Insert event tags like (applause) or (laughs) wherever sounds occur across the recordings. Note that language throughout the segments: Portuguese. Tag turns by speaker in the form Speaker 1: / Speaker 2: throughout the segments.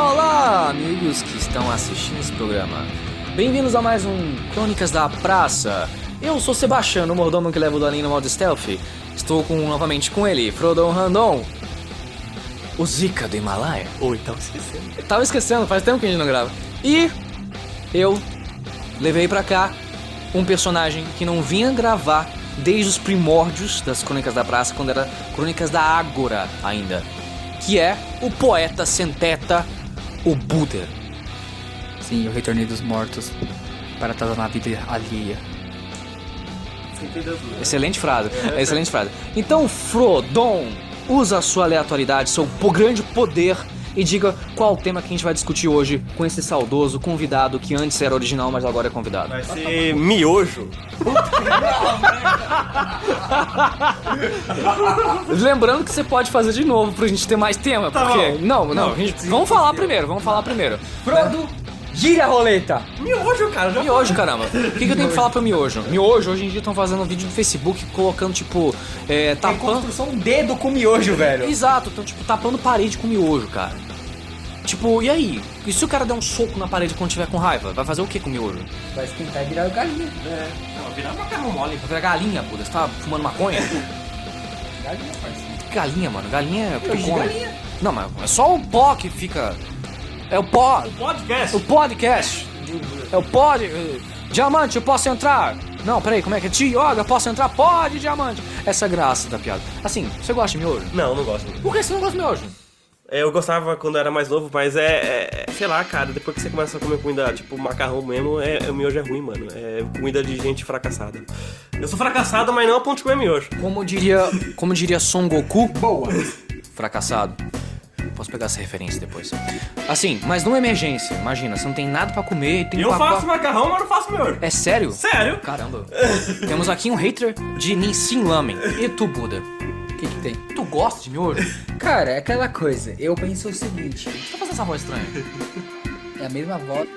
Speaker 1: Olá, amigos que estão assistindo esse programa. Bem-vindos a mais um Crônicas da Praça. Eu sou Sebastião, o mordomo que leva o Daninho no modo stealth. Estou com, novamente com ele, Frodon Randon. O Zika do Himalaia.
Speaker 2: Ou então esquecendo.
Speaker 1: Eu tava esquecendo, faz tempo que a gente não grava. E eu levei pra cá um personagem que não vinha gravar desde os primórdios das Crônicas da Praça, quando era Crônicas da Ágora ainda. Que é o poeta senteta, o Buda.
Speaker 2: Sim, eu retornei dos mortos para tratar na vida alheia.
Speaker 1: Excelente frase, excelente frase. Então, Frodon, usa a sua aleatoriedade, seu po- grande poder e diga qual o tema que a gente vai discutir hoje com esse saudoso convidado que antes era original, mas agora é convidado.
Speaker 3: Vai ser miojo.
Speaker 1: Lembrando que você pode fazer de novo pra gente ter mais tema, porque...
Speaker 3: bom.
Speaker 1: Tá Não, não, a gente- vamos falar primeiro, vamos falar primeiro. Frodo, gira a roleta!
Speaker 3: Miojo, cara, já
Speaker 1: Miojo, caramba. O que, que eu tenho que falar pra miojo? Miojo, hoje em dia estão fazendo vídeo no Facebook colocando, tipo, é, tapando...
Speaker 2: Construção um dedo com miojo, velho.
Speaker 1: Exato, então, tipo, tapando parede com miojo, cara. Tipo, e aí? E se o cara der um soco na parede quando tiver com raiva? Vai fazer o que com o miojo?
Speaker 2: Vai esquentar e virar o galinho.
Speaker 3: Não, virar macarrão mole.
Speaker 1: Vai virar "É galinha, pô. Você tá fumando maconha?
Speaker 2: Galinho, parceiro.
Speaker 1: galinha, mano. Galinha é
Speaker 2: Miojo de
Speaker 1: pecona.
Speaker 2: galinha.
Speaker 1: Não, mas é só o pó que fica. É o pó.
Speaker 3: Podcast.
Speaker 1: O podcast. É o pod. eh, Diamante, eu posso entrar? Não, peraí, como é que é? Tioga, posso entrar? Pode, diamante. Essa é a graça da piada. Assim, você gosta de miojo?
Speaker 3: Não, não gosto.
Speaker 1: Por que você não gosta de miojo?
Speaker 3: É, Eu gostava quando era mais novo, mas é, é- é- Sei lá, cara, depois que você começa a comer comida, tipo, macarrão mesmo, é, é- o miojo é ruim, mano. É comida de gente fracassada. Eu sou fracassado, mas não a ponto de comer miojo.
Speaker 1: Como diria, como diria Son Goku? Boa. Fracassado. Posso pegar essa referência depois. Assim, mas numa emergência, imagina, você não tem nada pra comer e tem
Speaker 3: Eu
Speaker 1: pra-
Speaker 3: faço
Speaker 1: pra-
Speaker 3: macarrão, mas não faço miojo.
Speaker 1: É sério?
Speaker 3: Sério?
Speaker 1: Caramba. Temos aqui um hater de Ninsin Lamen. E tu, Buda?
Speaker 2: O que que tem?
Speaker 1: Tu gosta de miojo?
Speaker 2: Cara, é aquela coisa. Eu penso o seguinte.
Speaker 1: Você tá fazendo essa voz estranha?
Speaker 2: É a mesma voz.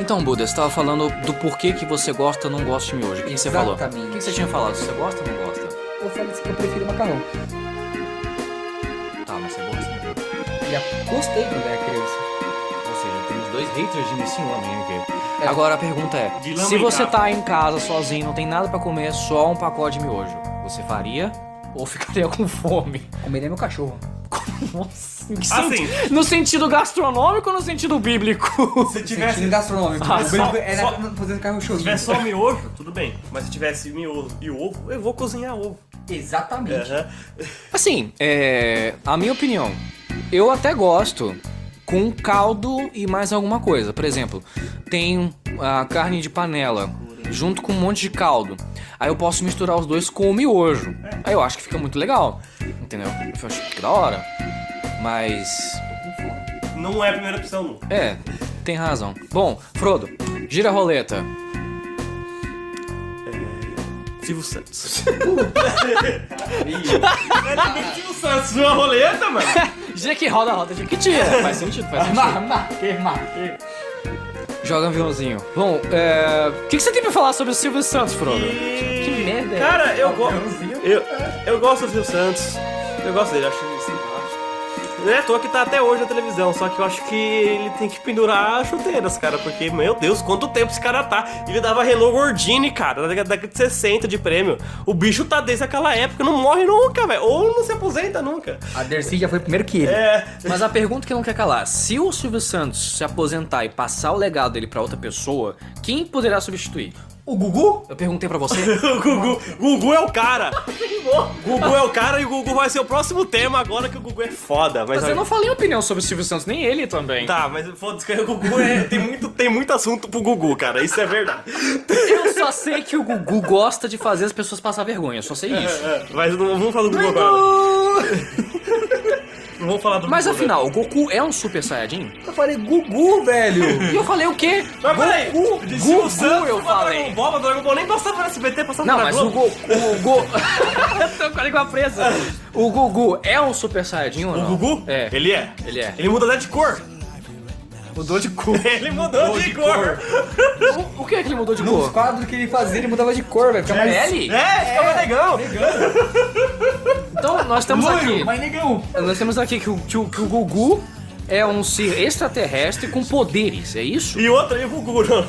Speaker 1: Então, Buda, você tava falando do porquê que você gosta ou não gosta de miojo. O que você falou?
Speaker 2: Exatamente.
Speaker 1: O que você tinha falado? Se você gosta ou não gosta?
Speaker 2: Eu falei assim que eu prefiro macarrão.
Speaker 1: Tá, mas você gosta de miojo.
Speaker 2: Já gostei quando era criança.
Speaker 1: Ou seja, temos dois haters de Nissin Lamen aqui. Agora a pergunta é: se
Speaker 3: De lamentar.
Speaker 1: você tá em casa sozinho, não tem nada pra comer, só um pacote de miojo, você faria ou (laughs) ficaria com fome?
Speaker 2: Comeria meu cachorro.
Speaker 1: Nossa, em que
Speaker 3: Assim.
Speaker 1: senti- no sentido gastronômico ou no sentido
Speaker 3: (laughs)
Speaker 1: bíblico?
Speaker 3: Se
Speaker 2: Sentido
Speaker 3: tivesse.
Speaker 2: gastronômico.
Speaker 3: Ah,
Speaker 2: O brinco
Speaker 3: só-
Speaker 2: era
Speaker 3: só-
Speaker 2: fazendo carro
Speaker 3: Se
Speaker 2: showzinho.
Speaker 3: tivesse só miojo, tudo bem. Mas se tivesse miojo e ovo, eu vou cozinhar ovo.
Speaker 2: Exatamente.
Speaker 3: Aham.
Speaker 1: Assim, é. A minha opinião, eu até gosto com caldo e mais alguma coisa. Por exemplo, tem a carne de panela junto com um monte de caldo. Aí eu posso misturar os dois com o miojo. Aí eu acho que fica muito legal. Entendeu? Eu acho que fica da hora. Mas.
Speaker 3: Não é a primeira opção, nunca.
Speaker 1: É, tem razão. Bom, Frodo, gira a roleta.
Speaker 3: Silvio (laughs) Santos. Não é nem Silvio Santos, não é roleta, mano.
Speaker 1: Gira que roda, roda, gira que tira. Faz sentido, faz sentido. (laughs)
Speaker 2: Mar, marquei, marquei.
Speaker 1: Joga um aviãozinho. Bom, é. O que, que você tem pra falar sobre o Silvio Santos, Frodo?
Speaker 3: Que
Speaker 2: merda é
Speaker 3: Cara, eu gosto.
Speaker 2: Aviãozinho.
Speaker 3: Eu, eu gosto do Silvio Santos. Eu gosto dele, acho ele simpático. Não é à toa que tá até hoje na televisão, só que eu acho que ele tem que pendurar as chuteiras, cara, porque, meu Deus, quanto tempo esse cara tá. Ele dava Hello Gordini, cara, na década- década de 60 de prêmio. O bicho tá desde aquela época, não morre nunca, velho. Ou não se aposenta nunca.
Speaker 2: A Dercy já foi primeiro que ele.
Speaker 3: É, (laughs)
Speaker 1: Mas a pergunta que não quer calar: se o Silvio Santos se aposentar e passar o legado dele pra outra pessoa, quem poderá substituir?
Speaker 2: O Gugu?
Speaker 1: Eu perguntei pra você.
Speaker 3: O Gugu, Gugu é o cara. Gugu é o cara e o Gugu vai ser o próximo tema agora que o Gugu é foda. Mas,
Speaker 1: Mas eu não falei opinião sobre o Silvio Santos, nem ele também.
Speaker 3: Tá, mas foda-se, que o Gugu é- tem, muito, tem muito assunto pro Gugu, cara. Isso é verdade.
Speaker 1: Eu só sei que o Gugu gosta de fazer as pessoas passar vergonha, eu só sei isso.
Speaker 3: É, Mas não vamos falar do Gugu agora. Não vamos falar do
Speaker 1: Mas
Speaker 3: Gugu. né?
Speaker 1: afinal, o Goku é um super saiyajin?
Speaker 2: Eu falei Gugu, velho.
Speaker 1: E
Speaker 3: (laughs)
Speaker 1: eu falei o quê?
Speaker 3: Mas peraí,
Speaker 1: Goku,
Speaker 3: de Silvio
Speaker 1: Gugu
Speaker 3: Santos
Speaker 1: eu
Speaker 3: pra
Speaker 1: falei.
Speaker 3: Dragon Ball, pra Dragon Ball nem passava no SBT, passava
Speaker 1: Não,
Speaker 3: na
Speaker 1: mas o
Speaker 3: Globo.
Speaker 1: Goku. O
Speaker 3: (laughs)
Speaker 1: Go... Tô com a língua presa. O Gugu é um super saiyajin ou
Speaker 3: O
Speaker 1: não?
Speaker 3: Gugu?
Speaker 1: É.
Speaker 3: Ele é.
Speaker 1: Ele é.
Speaker 3: Ele muda até de cor.
Speaker 2: Mudou de cor.
Speaker 3: (laughs) Ele mudou de, cor.
Speaker 1: O, o que é que ele mudou de
Speaker 2: Os
Speaker 1: cor?
Speaker 2: quadros que ele fazia, ele mudava de cor, velho. Ficava mais-
Speaker 1: L?
Speaker 3: É, ficava legal.
Speaker 1: Então, nós temos aqui.
Speaker 2: Mas negão.
Speaker 1: Nós temos aqui que o, que o, que o Gugu é um ser extraterrestre com poderes, é isso?
Speaker 3: E outra aí, Gugura, (laughs)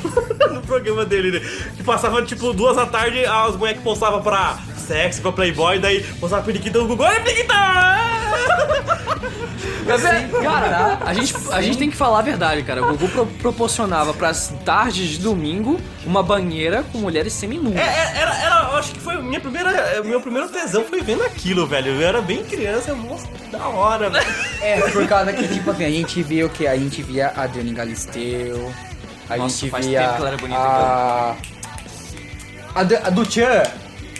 Speaker 3: no programa dele, né? Que passava tipo duas da tarde, as mulheres que postavam pra sexo, pra Playboy, daí postava periquita no Google, olha a periquita!
Speaker 1: Mas é, cara, a gente, a gente tem que falar a verdade, cara. O Gugu pro- proporcionava pras tardes de domingo uma banheira com mulheres seminuas.
Speaker 3: É, é, era, era, eu acho que foi minha primeira, é, meu primeiro tesão foi vendo aquilo, velho. Eu era bem criança, nossa, que da hora, velho.
Speaker 2: (laughs) É, por causa que, tipo assim, a gente via o quê? A gente via a Adriane Galisteu. A
Speaker 1: Nossa,
Speaker 2: gente
Speaker 1: faz
Speaker 2: via.
Speaker 1: tempo que ela era bonita,
Speaker 2: a... a, do- a do Tchan.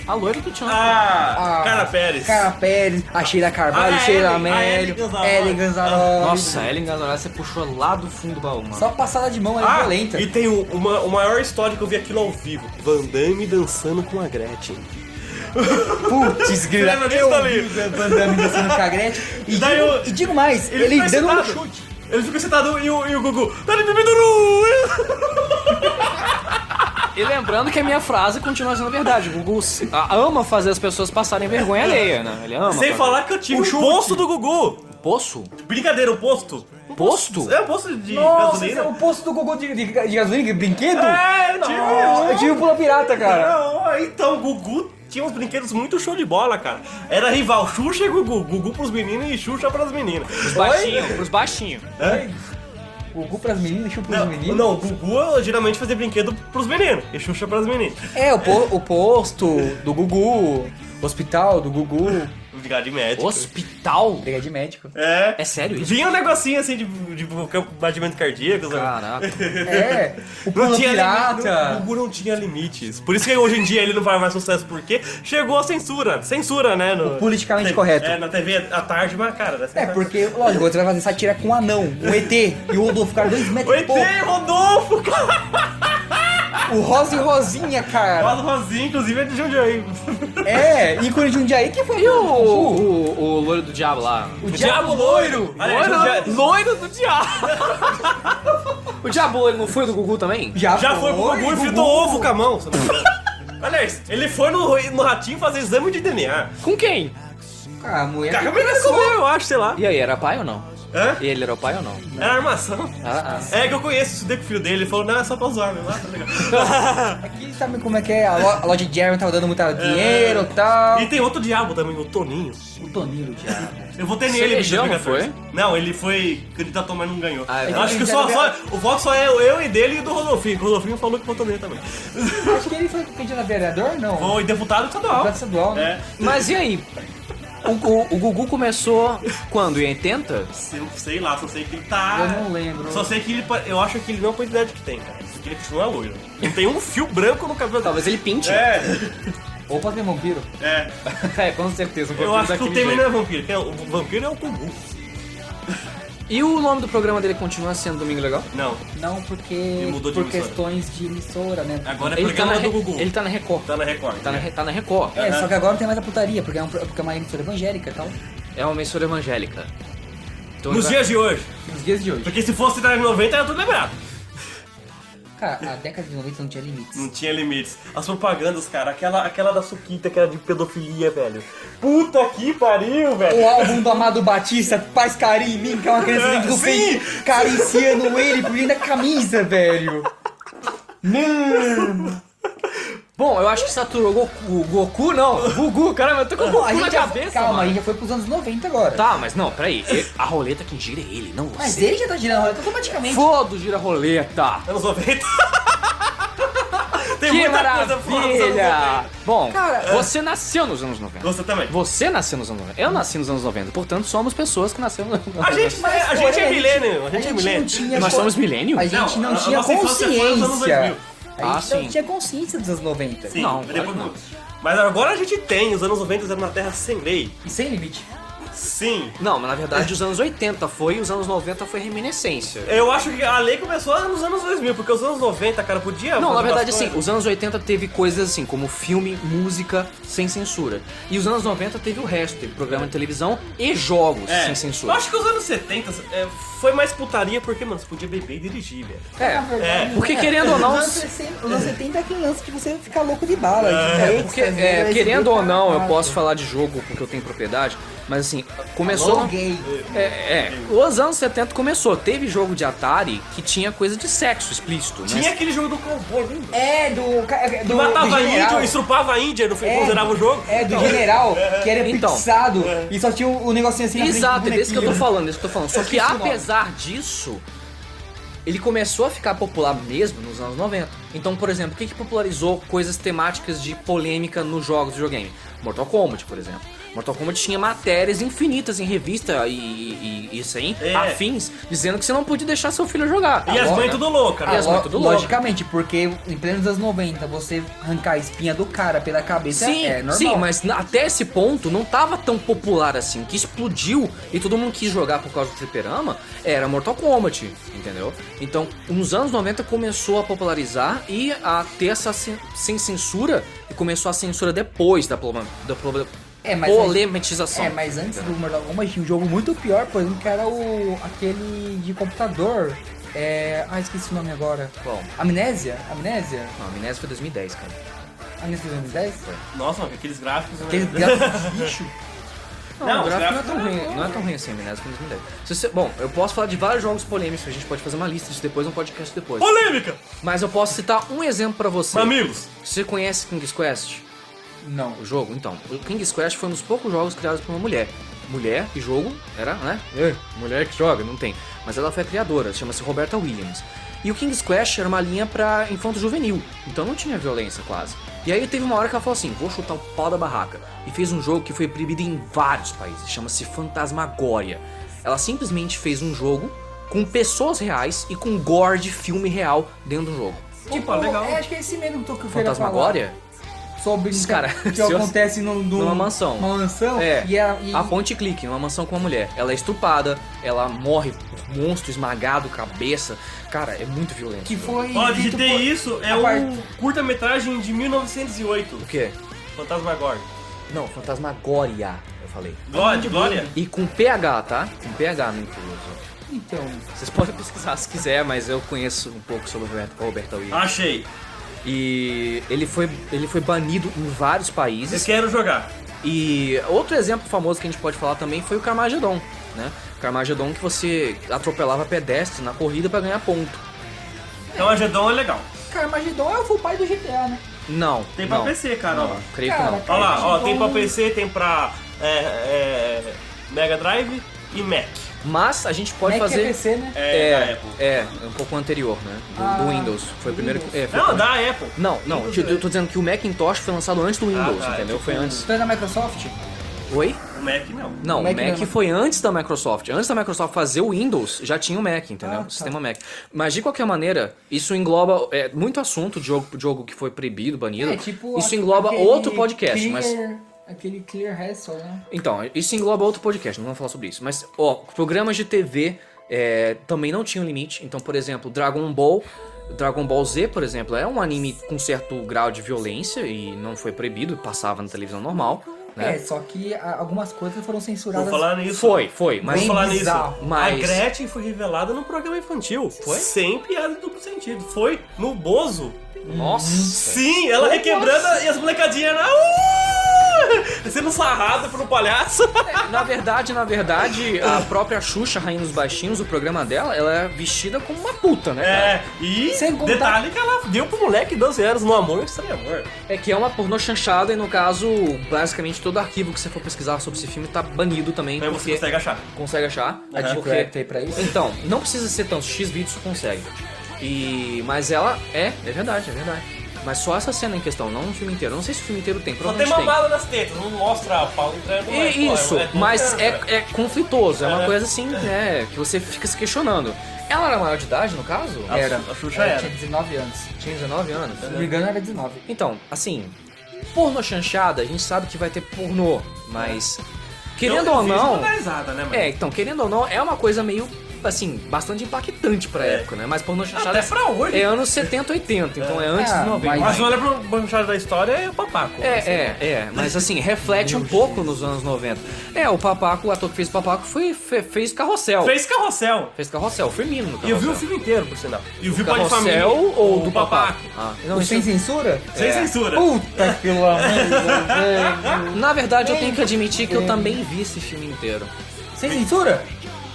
Speaker 1: A loira do Tchan.
Speaker 3: Ah,
Speaker 2: A
Speaker 3: Cara Pérez. Ah, é
Speaker 2: Cara Pérez. A Sheila Carvalho,
Speaker 3: A
Speaker 2: Sheila
Speaker 3: Ellen- a Ellen
Speaker 2: Mello.
Speaker 3: Ganzaroli.
Speaker 2: Ellen Ganzaroli.
Speaker 1: Nossa, a Ellen Gazzarella, você puxou lá do fundo do baú, mano.
Speaker 2: Só passada de mão, ela é
Speaker 3: Ah,
Speaker 2: violenta.
Speaker 3: e tem o- uma, o maior história que eu vi aquilo ao vivo. Van Damme dançando com a Gretchen. (laughs)
Speaker 2: Putz, grila.
Speaker 3: lembra disso,
Speaker 2: Eu
Speaker 3: Dali?
Speaker 2: vi o Van Damme dançando com a Gretchen. E,
Speaker 3: Daí
Speaker 2: digo,
Speaker 3: eu-
Speaker 2: e digo mais, ele,
Speaker 3: fica
Speaker 2: dando um
Speaker 3: excitado.
Speaker 2: chute.
Speaker 3: Ele fica sentado e o, e o Gugu. Dani Bibiduru!
Speaker 1: E lembrando que a minha frase continua sendo verdade. O Gugu se- a- ama fazer as pessoas passarem vergonha alheia, né? Ele ama.
Speaker 3: Sem
Speaker 1: fazer.
Speaker 3: falar que eu
Speaker 2: Um
Speaker 3: tive o posto do Gugu.
Speaker 1: Poço?
Speaker 3: Brincadeira, o posto.
Speaker 1: Posto?
Speaker 3: É, o posto de
Speaker 2: Nossa, esse é
Speaker 3: gasolina.
Speaker 2: o posto do Gugu de, de, de gasolina, de brinquedo?
Speaker 3: É, eu tive.
Speaker 2: Nossa, eu tive o Pula Pirata, cara.
Speaker 3: Não, então, o Gugu tinha uns brinquedos muito show de bola, cara. Era rival Xuxa e Gugu. Gugu pros meninos e Xuxa pras meninas.
Speaker 1: Pros baixinhos, pros baixinhos.
Speaker 3: É?
Speaker 2: Gugu pras meninas, chupa pros
Speaker 3: Não,
Speaker 2: meninos.
Speaker 3: não, o Gugu eu geralmente fazia brinquedo pros meninos e Xuxa pras meninas.
Speaker 2: É, o, po- o posto do Gugu, hospital do Gugu,
Speaker 3: Obrigado de médico.
Speaker 1: Hospital?
Speaker 2: briga de médico.
Speaker 3: É.
Speaker 1: É sério isso?
Speaker 3: Vinha um negocinho assim de, de, de batimento cardíaco, sabe?
Speaker 1: Caraca.
Speaker 2: É, o
Speaker 3: Não
Speaker 2: Pula
Speaker 3: tinha
Speaker 2: Pirata.
Speaker 3: limite, o Gugu não tinha limites. Por isso que hoje em dia ele não faz mais sucesso, porque chegou a censura. Censura, né? No,
Speaker 2: politicamente
Speaker 3: Te-
Speaker 2: correto.
Speaker 3: É, na TV à tarde, mas cara... dá
Speaker 2: É,
Speaker 3: censura.
Speaker 2: porque, lógico, você vai fazer satira com um anão, um ET e o Rodolfo, cara, dois
Speaker 3: O
Speaker 2: metros e
Speaker 3: ET,
Speaker 2: pouco.
Speaker 3: Rodolfo, cara!
Speaker 2: O Rosa e Rosinha, cara.
Speaker 3: Fala do Rosinho, inclusive, é de Jundiaí.
Speaker 2: É, ícone de um dia aí que foi
Speaker 1: E o, o, o loiro do diabo lá?
Speaker 2: O
Speaker 3: Diabo Loiro! Aliás,
Speaker 1: Loiro,
Speaker 3: já-
Speaker 1: loiro do diabo! o diabo loiro não foi do Gugu também?
Speaker 2: Já,
Speaker 3: Já foi pro Gugu e fritou ovo com a mão. sabe? (laughs) Aliás, ele foi no, no Ratinho fazer exame de DNA.
Speaker 1: Com quem?
Speaker 2: Ah, a mulher.
Speaker 3: Cara, mas É ele comeu, eu acho, sei lá.
Speaker 1: E aí, era pai ou não?
Speaker 3: Hã?
Speaker 1: E ele era o pai ou não?
Speaker 3: Era armação.
Speaker 1: Ah, ah.
Speaker 3: É que eu conheço, estudei com o filho dele. Ele falou, não, é só pra usar, meu. Ah, tá legal.
Speaker 2: Aqui sabe como é que é? A lo- a loja de Jeremy tava dando muito dinheiro e tal.
Speaker 3: É. E tem outro diabo também, o Toninho.
Speaker 2: O Toninho do diabo.
Speaker 3: Eu votei
Speaker 1: Você
Speaker 3: nele em
Speaker 1: elegeu, não
Speaker 3: 2014. Não, ele foi candidato, mas não ganhou.
Speaker 1: Ah, é
Speaker 3: eu acho que só, só- o voto só é eu e dele e do Rodolfinho. O Rodolfinho falou que votou nele (laughs) também.
Speaker 2: Acho que ele foi candidato a vereador, não?
Speaker 3: Foi deputado estadual.
Speaker 2: Deputado estadual, né?
Speaker 3: É.
Speaker 1: Mas e aí? O, o, o Gugu começou quando? Em 80?
Speaker 3: Eu sei lá, só sei que ele tá.
Speaker 2: Eu não lembro.
Speaker 3: Só sei que ele. pa- Eu acho que ele não põe a idade que tem, cara. Porque ele continua loiro. Não tem um fio (laughs) branco no cabelo
Speaker 1: Talvez ele pinte.
Speaker 3: É,
Speaker 2: Ou pode ter vampiro.
Speaker 3: é.
Speaker 1: (laughs) É, com certeza. um
Speaker 3: Eu
Speaker 1: pouquinho
Speaker 3: acho que o
Speaker 1: daquele
Speaker 3: Temer
Speaker 1: jeito.
Speaker 3: não é vampiro. quem é- O vampiro é o Kugu.
Speaker 1: E o nome do programa dele continua sendo Domingo Legal?
Speaker 3: Não,
Speaker 2: Não, porque.
Speaker 3: mudou de
Speaker 2: Por
Speaker 3: emissora.
Speaker 2: questões de emissora, né?
Speaker 3: agora é
Speaker 1: Ele tá,
Speaker 3: programa
Speaker 1: na,
Speaker 3: do
Speaker 1: Re-
Speaker 3: Gugu.
Speaker 1: ele tá na Record.
Speaker 3: Tá na Record.
Speaker 1: Tá na, Re- tá na Record.
Speaker 2: É, só que agora não tem mais a putaria, porque é, um, porque é uma emissora evangélica e tal.
Speaker 1: É uma emissora evangélica. Então
Speaker 3: Nos
Speaker 1: ele vai-
Speaker 3: dias de hoje.
Speaker 2: Nos dias de hoje.
Speaker 3: Porque se fosse na 90 era tudo liberado.
Speaker 2: Cara, a década de 90 não tinha limites.
Speaker 3: Não tinha limites. As propagandas, cara, aquela, aquela da Suquita que era de pedofilia, velho. Puta que pariu, velho.
Speaker 2: O álbum do Amado Batista faz carinho em mim, que é uma criança dentro (laughs) do
Speaker 3: Sim!
Speaker 2: peito, cariciando ele por dentro da camisa, velho. Mano.
Speaker 1: Bom, eu acho que saturou o Goku. O Goku não. Gugu, caramba, eu tô com o
Speaker 2: a
Speaker 1: Goku
Speaker 2: gente
Speaker 1: na
Speaker 2: já,
Speaker 1: cabeça.
Speaker 2: calma, a
Speaker 1: mano.
Speaker 2: gente já foi pros anos 90 agora.
Speaker 1: Tá, mas não, peraí. Ele- A roleta quem gira é ele, não
Speaker 2: Mas
Speaker 1: você.
Speaker 2: ele já tá girando a roleta automaticamente.
Speaker 1: Foda, gira a roleta.
Speaker 3: Anos 90. (laughs) Tem
Speaker 1: Que
Speaker 3: muita coisa fora dos anos 90.
Speaker 1: maravilha! Bom,
Speaker 2: Cara, é.
Speaker 1: você nasceu nos anos 90.
Speaker 3: Você também.
Speaker 1: Você nasceu nos anos 90. Eu nasci nos anos 90. Portanto, somos pessoas que nasceram nos anos 90.
Speaker 3: A gente,
Speaker 2: Mas,
Speaker 3: a
Speaker 2: porém,
Speaker 3: gente é milênio, a gente é
Speaker 2: não
Speaker 3: milênio.
Speaker 2: tinha.
Speaker 1: Nós somos milênio?
Speaker 2: A gente
Speaker 3: Não,
Speaker 2: não,
Speaker 3: a- a
Speaker 2: tinha
Speaker 3: nossa infância foi nos anos 2000.
Speaker 2: consciência. A
Speaker 1: Ah,
Speaker 2: gente não
Speaker 1: sim.
Speaker 2: tinha consciência dos anos 90.
Speaker 3: Sim,
Speaker 1: Não,
Speaker 3: mas depois-
Speaker 1: claro
Speaker 3: Mas agora a gente tem, os anos 90 eram uma terra sem lei.
Speaker 2: E sem limite.
Speaker 3: Sim.
Speaker 1: Não, mas na verdade os anos 80 foi e os anos 90 foi reminiscência.
Speaker 3: Eu acho que a lei começou nos anos 2000, porque os anos 90, cara, podia...
Speaker 1: Não, na
Speaker 3: fazer
Speaker 1: verdade,
Speaker 3: umas
Speaker 1: assim,
Speaker 3: coisas.
Speaker 1: os anos 80 teve coisas assim, como filme, música, sem censura. E os anos 90 teve o resto, teve programa de televisão e jogos
Speaker 3: É.
Speaker 1: sem
Speaker 3: Eu
Speaker 1: censura.
Speaker 3: acho que os anos 70 é, foi mais putaria, porque, mano, você podia beber e dirigir, velho.
Speaker 1: É,
Speaker 3: verdade,
Speaker 1: porque querendo ou não,
Speaker 2: Os anos 60 os anos 70 é aquele lance que você fica louco de bala. de
Speaker 1: É,
Speaker 2: êxtase,
Speaker 1: porque, é,
Speaker 2: né?
Speaker 1: querendo ou não, eu
Speaker 2: Caralho.
Speaker 1: posso falar de jogo porque eu tenho propriedade, Mas assim, começou.
Speaker 2: Alguém.
Speaker 1: É, é, os anos 70 começou. Teve jogo de Atari que tinha coisa de sexo explícito, né? mas
Speaker 3: Tinha aquele jogo do cowboy, lembra?
Speaker 2: É, do. ca- é, do do
Speaker 3: Matava
Speaker 2: general.
Speaker 3: índio, estrupava índia, no fim
Speaker 2: É,
Speaker 3: zerava o jogo.
Speaker 2: É, do general, que era
Speaker 1: Então.
Speaker 2: fixado e só tinha o, o negocinho assim na frente do
Speaker 1: Exato, é desse que eu tô
Speaker 2: bonequinho.
Speaker 1: falando, desse que eu tô falando. Só
Speaker 2: Eu
Speaker 1: que
Speaker 2: esqueci o nome.
Speaker 1: apesar disso, ele começou a ficar popular mesmo nos anos 90. Então, por exemplo, o que, que popularizou coisas temáticas de polêmica nos jogos de videogame? Mortal Kombat, por exemplo. Mortal Kombat tinha matérias infinitas em revista e, e, e isso aí,
Speaker 3: É.
Speaker 1: afins, dizendo que você não podia deixar seu filho jogar. tá
Speaker 3: E as
Speaker 1: Agora,
Speaker 3: mães tudo louca,
Speaker 1: E
Speaker 2: Ah,
Speaker 3: né?
Speaker 1: as
Speaker 2: lo-
Speaker 1: mães é tudo loucas.
Speaker 2: logicamente, porque em plenos anos 90, você arrancar a espinha do cara pela cabeça
Speaker 1: Sim,
Speaker 2: é normal.
Speaker 1: sim, mas na- até esse ponto não tava tão popular assim. Que explodiu e todo mundo quis jogar por causa do fliperama era Mortal Kombat, entendeu? Então, nos anos 90 começou a popularizar e a ter essa cen- sem censura e começou a censura depois da, problema- da problema-
Speaker 2: É, mas-
Speaker 1: polematização.
Speaker 2: É, mas antes do Mortal Kombat tinha um jogo muito pior, por exemplo, que era o aquele de computador. É. Ah, esqueci o nome agora.
Speaker 1: Qual?
Speaker 2: Amnésia? Amnésia?
Speaker 1: Não, a Amnésia foi 2010, cara.
Speaker 2: Amnésia 2010?
Speaker 3: Nossa, mano, aqueles gráficos. né?
Speaker 2: Aquele gráfico de lixo.
Speaker 1: Não,
Speaker 3: Não,
Speaker 1: o gráfico não é
Speaker 3: os
Speaker 1: tão
Speaker 3: gráficos
Speaker 1: ruim, não é tão ruim assim, a Amnésia foi 2010. Se você- bom, eu posso falar de vários jogos polêmicos, a gente pode fazer uma lista disso depois, um podcast depois.
Speaker 3: Polêmica!
Speaker 1: Mas eu posso citar um exemplo pra você.
Speaker 3: Amigos,
Speaker 1: Você conhece King's Quest?
Speaker 2: Não.
Speaker 1: O jogo? Então, o King's Quest foi um dos poucos jogos criados por uma mulher. Mulher e jogo era, né? É, mulher que joga, não tem. Mas ela foi a criadora, chama-se Roberta Williams. E o King's Quest era uma linha pra infanto juvenil, então não tinha violência quase. E aí teve uma hora que ela falou assim: vou chutar o pau da barraca. E fez um jogo que foi proibido em vários países, chama-se Fantasmagória. Ela simplesmente fez um jogo com pessoas reais e com gore de filme real dentro do jogo.
Speaker 3: Opa, legal.
Speaker 2: É, acho que é esse mesmo que eu queria falar.
Speaker 1: Fantasmagória?
Speaker 2: Sobre
Speaker 1: Esse
Speaker 2: o
Speaker 1: cara-
Speaker 2: (laughs) que
Speaker 1: se eu-
Speaker 2: acontece num- num-
Speaker 1: numa mansão.
Speaker 2: Uma mansão?
Speaker 1: É.
Speaker 2: E, a, e
Speaker 1: A ponte clique numa mansão com uma mulher. Ela é estrupada, ela morre por monstro esmagado, cabeça. Cara, é muito violento.
Speaker 2: que foi.
Speaker 3: ó,
Speaker 2: dito
Speaker 3: digitei
Speaker 2: por-
Speaker 3: isso, é
Speaker 2: a
Speaker 3: um
Speaker 2: parte-
Speaker 3: curta-metragem de 1908.
Speaker 1: O quê?
Speaker 3: Fantasmagória.
Speaker 1: Não, Fantasmagória, eu falei.
Speaker 3: Glória, de Glória?
Speaker 1: E com PH, tá? Com PH no incluso.
Speaker 2: Então.
Speaker 1: Vocês podem (laughs) pesquisar se quiser, mas eu conheço um pouco sobre o Roberto, Roberto
Speaker 3: Ah.
Speaker 1: Williams.
Speaker 3: Achei.
Speaker 1: E ele foi, ele foi banido em vários países.
Speaker 3: Eu quero jogar.
Speaker 1: E outro exemplo famoso que a gente pode falar também foi o Carmageddon, né? Carmageddon que você atropelava pedestre na corrida pra ganhar ponto.
Speaker 3: Então, Agedon é legal.
Speaker 2: Carmageddon é o full pai do GTA, né?
Speaker 1: Não.
Speaker 3: Tem pra
Speaker 1: não.
Speaker 3: PC, cara. ó.
Speaker 1: Não, creio
Speaker 2: Cara,
Speaker 1: que não.
Speaker 3: Olha lá, ó, tem pra
Speaker 2: Então-
Speaker 3: PC, tem pra é, é, Mega Drive e Mac.
Speaker 1: Mas a gente pode
Speaker 2: Mac
Speaker 1: fazer.
Speaker 2: é PC, né?
Speaker 3: É, da
Speaker 1: é,
Speaker 3: Apple.
Speaker 1: é, um pouco anterior, né? Do,
Speaker 2: Ah,
Speaker 1: do Windows. Foi o
Speaker 2: do
Speaker 1: primeiro.
Speaker 2: Windows.
Speaker 1: Que, é, foi o
Speaker 3: Não,
Speaker 1: primeiro.
Speaker 3: da Apple.
Speaker 1: Não, não, eu, eu tô dizendo que o Macintosh foi lançado antes do Windows,
Speaker 3: tá,
Speaker 1: entendeu?
Speaker 3: é
Speaker 1: Foi
Speaker 3: tipo-
Speaker 1: antes.
Speaker 2: Foi da Microsoft?
Speaker 1: Oi?
Speaker 3: O Mac não.
Speaker 1: Não, o
Speaker 2: Mac
Speaker 1: Mac,
Speaker 2: não é-
Speaker 1: foi antes da Microsoft. Antes da Microsoft fazer o Windows, já tinha o Mac, entendeu?
Speaker 2: Ah,
Speaker 1: O
Speaker 2: tá.
Speaker 1: sistema Mac. Mas de qualquer maneira, isso engloba é, muito assunto de jogo, de jogo que foi proibido, banido. isso
Speaker 2: aque-
Speaker 1: engloba
Speaker 2: É, tipo, aquele
Speaker 1: outro podcast,
Speaker 2: clear,
Speaker 1: mas.
Speaker 2: Aquele Clear Hassle, né?
Speaker 1: Então, isso engloba outro podcast, não vamos falar sobre isso. Mas, ó, programas de TV é, também não tinham limite. Então, por exemplo, Dragon Ball. Dragon Ball Z, por exemplo, é um anime com certo grau de violência e não foi proibido, passava na televisão normal,
Speaker 2: É,
Speaker 1: né?
Speaker 2: só que a- algumas coisas foram
Speaker 3: Vou
Speaker 2: censuradas.
Speaker 3: falar nisso.
Speaker 1: Foi, foi,
Speaker 3: Vou
Speaker 1: mas
Speaker 3: falar nisso.
Speaker 2: bizarro,
Speaker 1: mas-
Speaker 3: É. A Gretchen foi revelada no programa infantil. Foi? Sem piada de duplo sentido. Foi no Bozo.
Speaker 1: nossa,
Speaker 3: Sim, ela requebrando e as molecadinhas na. Uh! (laughs) Sendo sarrada por um palhaço.
Speaker 1: na verdade, na verdade, a própria Xuxa, Rainha dos Baixinhos, o programa dela, ela é vestida como uma puta, né? cara?
Speaker 3: É, e
Speaker 2: Sem contar-
Speaker 3: detalhe que ela deu pro moleque 12 anos no amor, estranho amor.
Speaker 1: É que é uma pornô chanchada e no caso, basicamente todo arquivo que você for pesquisar sobre esse filme tá banido também,
Speaker 3: Aí é você
Speaker 1: porque
Speaker 3: consegue achar.
Speaker 1: consegue achar.
Speaker 2: A Deep
Speaker 1: porque-
Speaker 2: Web tá aí pra isso.
Speaker 1: Então, não precisa ser tanto, X vídeos consegue. E mas ela é, é verdade, é verdade. Mas só essa cena em questão, não o filme inteiro. Eu Não sei se o filme inteiro tem,
Speaker 3: Só tem
Speaker 1: provavelmente
Speaker 3: uma
Speaker 1: tem.
Speaker 3: bala nas tetas, não mostra a pau entrando.
Speaker 1: E
Speaker 3: mas, pô,
Speaker 1: isso,
Speaker 3: é- é-
Speaker 1: mas é, é conflitoso, é uma
Speaker 3: É.
Speaker 1: coisa assim, né, que você fica se questionando. Ela era maior de idade, no caso?
Speaker 3: A-
Speaker 2: Era.
Speaker 3: A Xuxa
Speaker 2: Ela
Speaker 3: era.
Speaker 2: Tinha 19 anos.
Speaker 1: Tinha 19 anos.
Speaker 2: Se não me engano, era 19.
Speaker 1: Então, assim, pornô chanchada, a gente sabe que vai ter pornô, mas querendo ou
Speaker 3: É. Eu fiz
Speaker 1: não,
Speaker 3: uma risada, né, mano?
Speaker 1: é, então querendo ou não, é uma coisa meio assim, bastante impactante pra
Speaker 3: É.
Speaker 1: época, né? Mas pornô chanchada
Speaker 3: Até pra hoje.
Speaker 1: é anos 70, 80, então é, antes
Speaker 2: É,
Speaker 1: dos 90.
Speaker 2: mas-
Speaker 3: Mas olha pro banchado da história, é o papaco.
Speaker 1: É, é, é, mas assim, reflete um pouco nos anos 90. É, o Papaco, o ator que fez o Papaco, foi, fe- fez Carrossel.
Speaker 3: Fez carrossel.
Speaker 1: Fez Carrossel, o Firmino no Carrossel.
Speaker 3: E eu vi o filme inteiro, por sinal. E o filme Pode Família.
Speaker 1: Carrossel ou do
Speaker 3: Papaco. É. Uh!
Speaker 1: Papaco? Ah,
Speaker 2: Não,
Speaker 1: não, isso-
Speaker 2: sem censura?
Speaker 3: Sem censura.
Speaker 2: Puta que lamento,
Speaker 1: na verdade, eu tenho que admitir que eu também vi esse filme inteiro.
Speaker 2: Sem censura?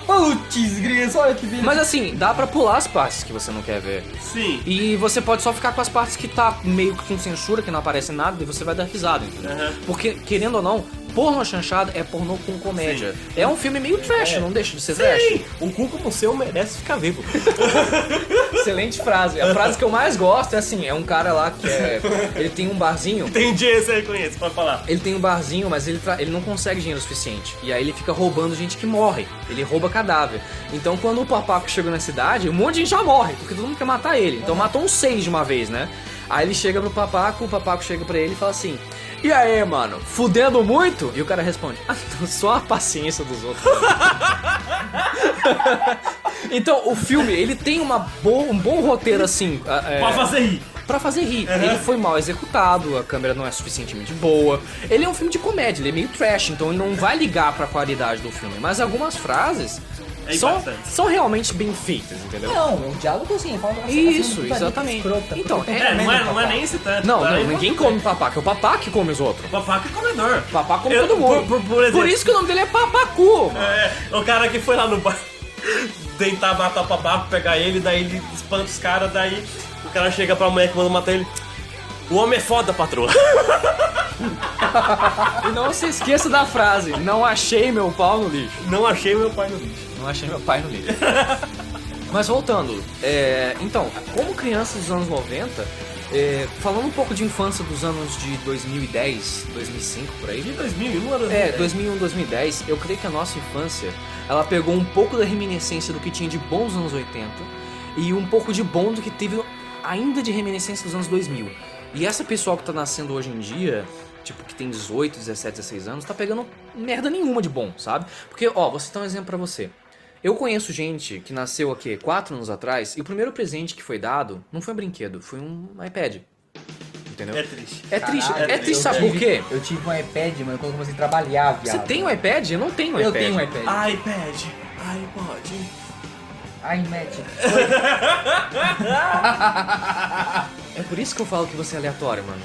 Speaker 2: Putz, gris, olha que beleza.
Speaker 1: Mas assim, dá pra pular as partes que você não quer ver.
Speaker 3: Sim.
Speaker 1: E você pode só ficar com as partes que tá meio que com censura, que não aparece nada, e você vai dar risada, entendeu?
Speaker 3: Aham.
Speaker 1: Porque, querendo ou não, porno chanchada é pornô com comédia. É um filme meio trash, não deixa de ser trash.
Speaker 3: Sim. Um cu como o seu merece ficar vivo.
Speaker 1: Excelente frase. A frase que eu mais gosto é assim, é um cara lá que
Speaker 3: (laughs)
Speaker 1: é... Ele tem um barzinho...
Speaker 3: Entendi esse aí, conheço, pode falar.
Speaker 1: Ele tem um barzinho, mas ele, tra- ele não consegue dinheiro suficiente. E aí ele fica roubando gente que morre. Ele rouba cadáver. Então quando o papaco chegou na cidade, um monte de gente já morre, porque todo mundo quer matar ele. Então matou uns seis de uma vez, né? Aí ele chega pro papaco, o papaco chega pra ele e fala assim: E aí, mano, fudendo muito? E o cara responde: "Ah, Só a paciência dos outros. então o filme, ele tem uma bo- um bom roteiro assim. a- é-
Speaker 3: Pode fazer rir.
Speaker 1: Pra fazer rir. Ele foi mal executado, a câmera não é suficientemente boa. Ele é um filme de comédia, ele é meio trash, então ele não vai ligar pra qualidade do filme. Mas algumas frases
Speaker 3: É
Speaker 1: são,
Speaker 3: impactante.
Speaker 1: são realmente bem feitas, entendeu?
Speaker 2: Não, o diálogo assim, fala uma
Speaker 1: Isso,
Speaker 2: putaria
Speaker 1: exatamente.
Speaker 2: escrota,
Speaker 1: Então,
Speaker 2: puta
Speaker 1: é-
Speaker 2: que
Speaker 3: É, não é,
Speaker 2: merda,
Speaker 3: não é
Speaker 2: papai.
Speaker 3: nem esse tanto.
Speaker 1: Não,
Speaker 3: tá?
Speaker 1: não,
Speaker 3: É
Speaker 1: ninguém
Speaker 3: importante.
Speaker 1: come papaca, é o papá que come os outros.
Speaker 3: Papaco é comedor.
Speaker 1: Papá come
Speaker 3: Eu-
Speaker 1: todo mundo.
Speaker 3: Por, por- por exemplo,
Speaker 1: isso que o nome dele é Papacu.
Speaker 3: É, o cara que foi lá no (laughs) bar tentar matar o papaco, pegar ele, daí ele espanta os caras, daí o cara chega pra mulher que manda matar ele. O homem é foda, patroa. (laughs)
Speaker 1: E não se esqueça da frase: Não achei meu pau no lixo.
Speaker 3: Não achei meu pai no lixo.
Speaker 1: Não achei meu pai no livro. (laughs) Mas voltando, é, então, como criança dos anos 90, é, falando um pouco de infância dos anos de 2010, 2005 por aí.
Speaker 3: De 2001 era
Speaker 1: É, 2001, 2010, eu creio que a nossa infância, ela pegou um pouco da reminiscência do que tinha de bom dos anos 80 e um pouco de bom do que teve ainda de reminiscência dos anos 2000. E essa pessoa que tá nascendo hoje em dia, tipo, que tem 18, 17, 16 anos, tá pegando merda nenhuma de bom, sabe? Porque, ó, vou citar um exemplo pra você. Eu conheço gente que nasceu aqui quatro anos atrás e o primeiro presente que foi dado não foi um brinquedo, foi um iPad. Entendeu?
Speaker 3: É triste.
Speaker 1: É triste,
Speaker 2: Caralho,
Speaker 1: é triste,
Speaker 2: eu
Speaker 1: sabe por
Speaker 2: tive-
Speaker 1: quê?
Speaker 2: Eu tive um iPad, mano, quando eu comecei a trabalhar, viado.
Speaker 1: Você tem um iPad? Eu não tenho um
Speaker 2: Eu
Speaker 1: iPad.
Speaker 2: tenho um iPad.
Speaker 3: iPad, iPod.
Speaker 1: Ah.
Speaker 2: Ai, Magic.
Speaker 1: (laughs) É por isso que eu falo que você é aleatório, mano.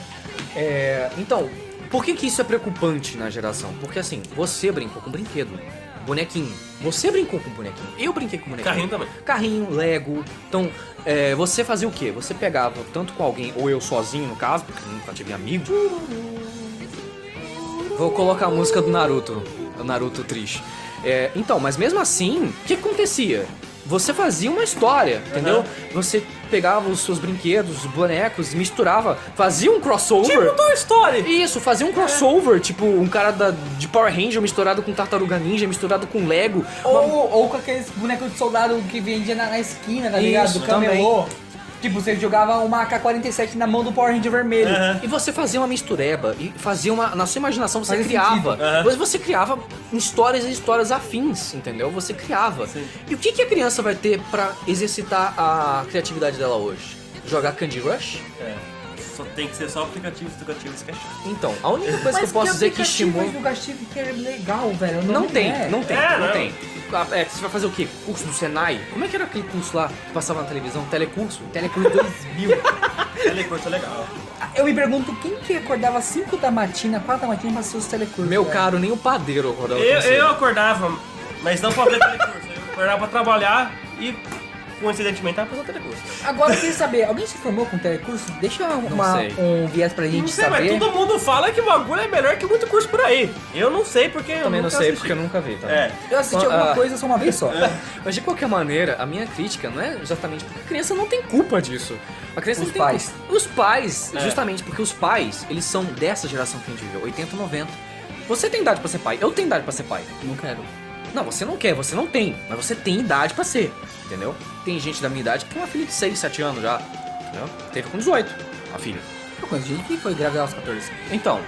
Speaker 2: É.
Speaker 1: Então, por que que isso é preocupante na geração? Porque assim, você brincou com brinquedo, bonequinho. Você brincou com bonequinho. Eu brinquei com bonequinho.
Speaker 3: Carrinho também.
Speaker 1: Carrinho, Lego. Então, é, você fazia o quê? Você pegava tanto com alguém, ou eu sozinho no caso, porque nunca tive amigo. Vou colocar a música do Naruto. O Naruto triste. É, então, mas mesmo assim, o que acontecia? Você fazia uma história, entendeu? Você pegava os seus brinquedos, os bonecos, misturava, fazia um crossover.
Speaker 3: Tipo Toy Story.
Speaker 1: Isso, fazia um crossover, tipo um cara da- de Power Ranger misturado com Tartaruga Ninja, misturado com Lego. Uma-
Speaker 2: Ou, ou com aqueles bonecos de soldado que vendia na, na esquina, tá ligado?
Speaker 1: Isso,
Speaker 2: do camelô. Tipo, você jogava uma AK-47 na mão do Power Ranger vermelho.
Speaker 3: Aham.
Speaker 1: E você fazia uma mistureba, e fazia uma. Na sua imaginação você
Speaker 2: Faz
Speaker 1: criava.
Speaker 2: sentido.
Speaker 3: Aham.
Speaker 1: Mas você criava histórias e histórias afins, entendeu? Você criava.
Speaker 3: Sim.
Speaker 1: E o que, que a criança vai ter pra exercitar a criatividade dela hoje? Jogar Candy Rush?
Speaker 3: É. Só tem que ser só aplicativos educativos que é chato.
Speaker 1: Então, a única coisa
Speaker 2: Mas
Speaker 1: que eu posso dizer que
Speaker 2: aplicativo
Speaker 1: estimula.
Speaker 2: educativo que é legal, velho.
Speaker 1: Não,
Speaker 2: me
Speaker 1: tem,
Speaker 2: lembro.
Speaker 1: não tem,
Speaker 3: É,
Speaker 1: não
Speaker 3: não.
Speaker 1: tem. Ah, É, você vai fazer o quê? Curso do Senai? Como é que era aquele curso lá que passava na televisão? Telecurso?
Speaker 2: Telecurso 2000.
Speaker 3: Telecurso é legal.
Speaker 2: (laughs) Eu me pergunto quem que acordava 5 da matina, 4 da matina pra assistir os telecursos.
Speaker 1: Meu
Speaker 2: velho?
Speaker 1: caro, nem o padeiro acordava
Speaker 3: Eu,
Speaker 1: tão cedo.
Speaker 3: eu acordava, mas não pra ver telecurso. Eu acordava pra trabalhar e, coincidentemente, tava fazendo telecurso.
Speaker 2: Agora eu queria saber, alguém se formou com telecurso? Deixa uma,
Speaker 1: sei.
Speaker 2: um viés pra gente
Speaker 3: Não sei, mas
Speaker 2: saber.
Speaker 3: todo mundo fala que o bagulho é melhor que muito curso por aí. Eu não sei porque eu
Speaker 1: Também não
Speaker 3: nunca
Speaker 1: sei,
Speaker 3: assisti.
Speaker 1: porque eu nunca vi, tá?
Speaker 3: É.
Speaker 2: Eu assisti
Speaker 1: Ah,
Speaker 2: alguma
Speaker 1: ah.
Speaker 2: coisa só uma vez só.
Speaker 1: (laughs) Mas de qualquer maneira, a minha crítica não é exatamente porque a criança não tem culpa disso. A criança
Speaker 2: Os
Speaker 1: não tem
Speaker 2: pais.
Speaker 1: culpa. Os pais,
Speaker 3: É.
Speaker 1: justamente porque os pais, eles são dessa geração que a gente viveu, 80, 90. Você tem idade pra ser pai, eu tenho idade pra ser pai.
Speaker 2: Não quero.
Speaker 1: Não, você não quer, você não tem, mas você tem idade pra ser, entendeu? Tem gente da minha idade que tem uma filha de 6, 7 anos já, entendeu? Teve com 18, a filha.
Speaker 2: Eu conheço gente que foi grávida aos 14.
Speaker 1: Então,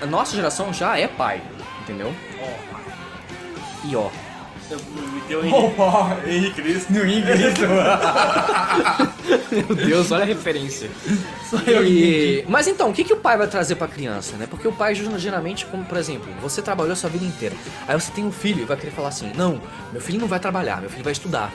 Speaker 1: a nossa geração já é pai, entendeu? E ó,
Speaker 3: Me deu
Speaker 2: Oh,
Speaker 3: Henrique,
Speaker 2: pá.
Speaker 3: Henrique Cristo.
Speaker 2: No inglês,
Speaker 1: Meu Deus, olha a referência.
Speaker 2: só eu entendi.
Speaker 1: E- Mas então, o que, que o pai vai trazer pra criança, né? Porque o pai, geralmente, como por exemplo, você trabalhou a sua vida inteira. Aí você tem um filho e vai querer falar assim: não, meu filho não vai trabalhar, meu filho vai estudar.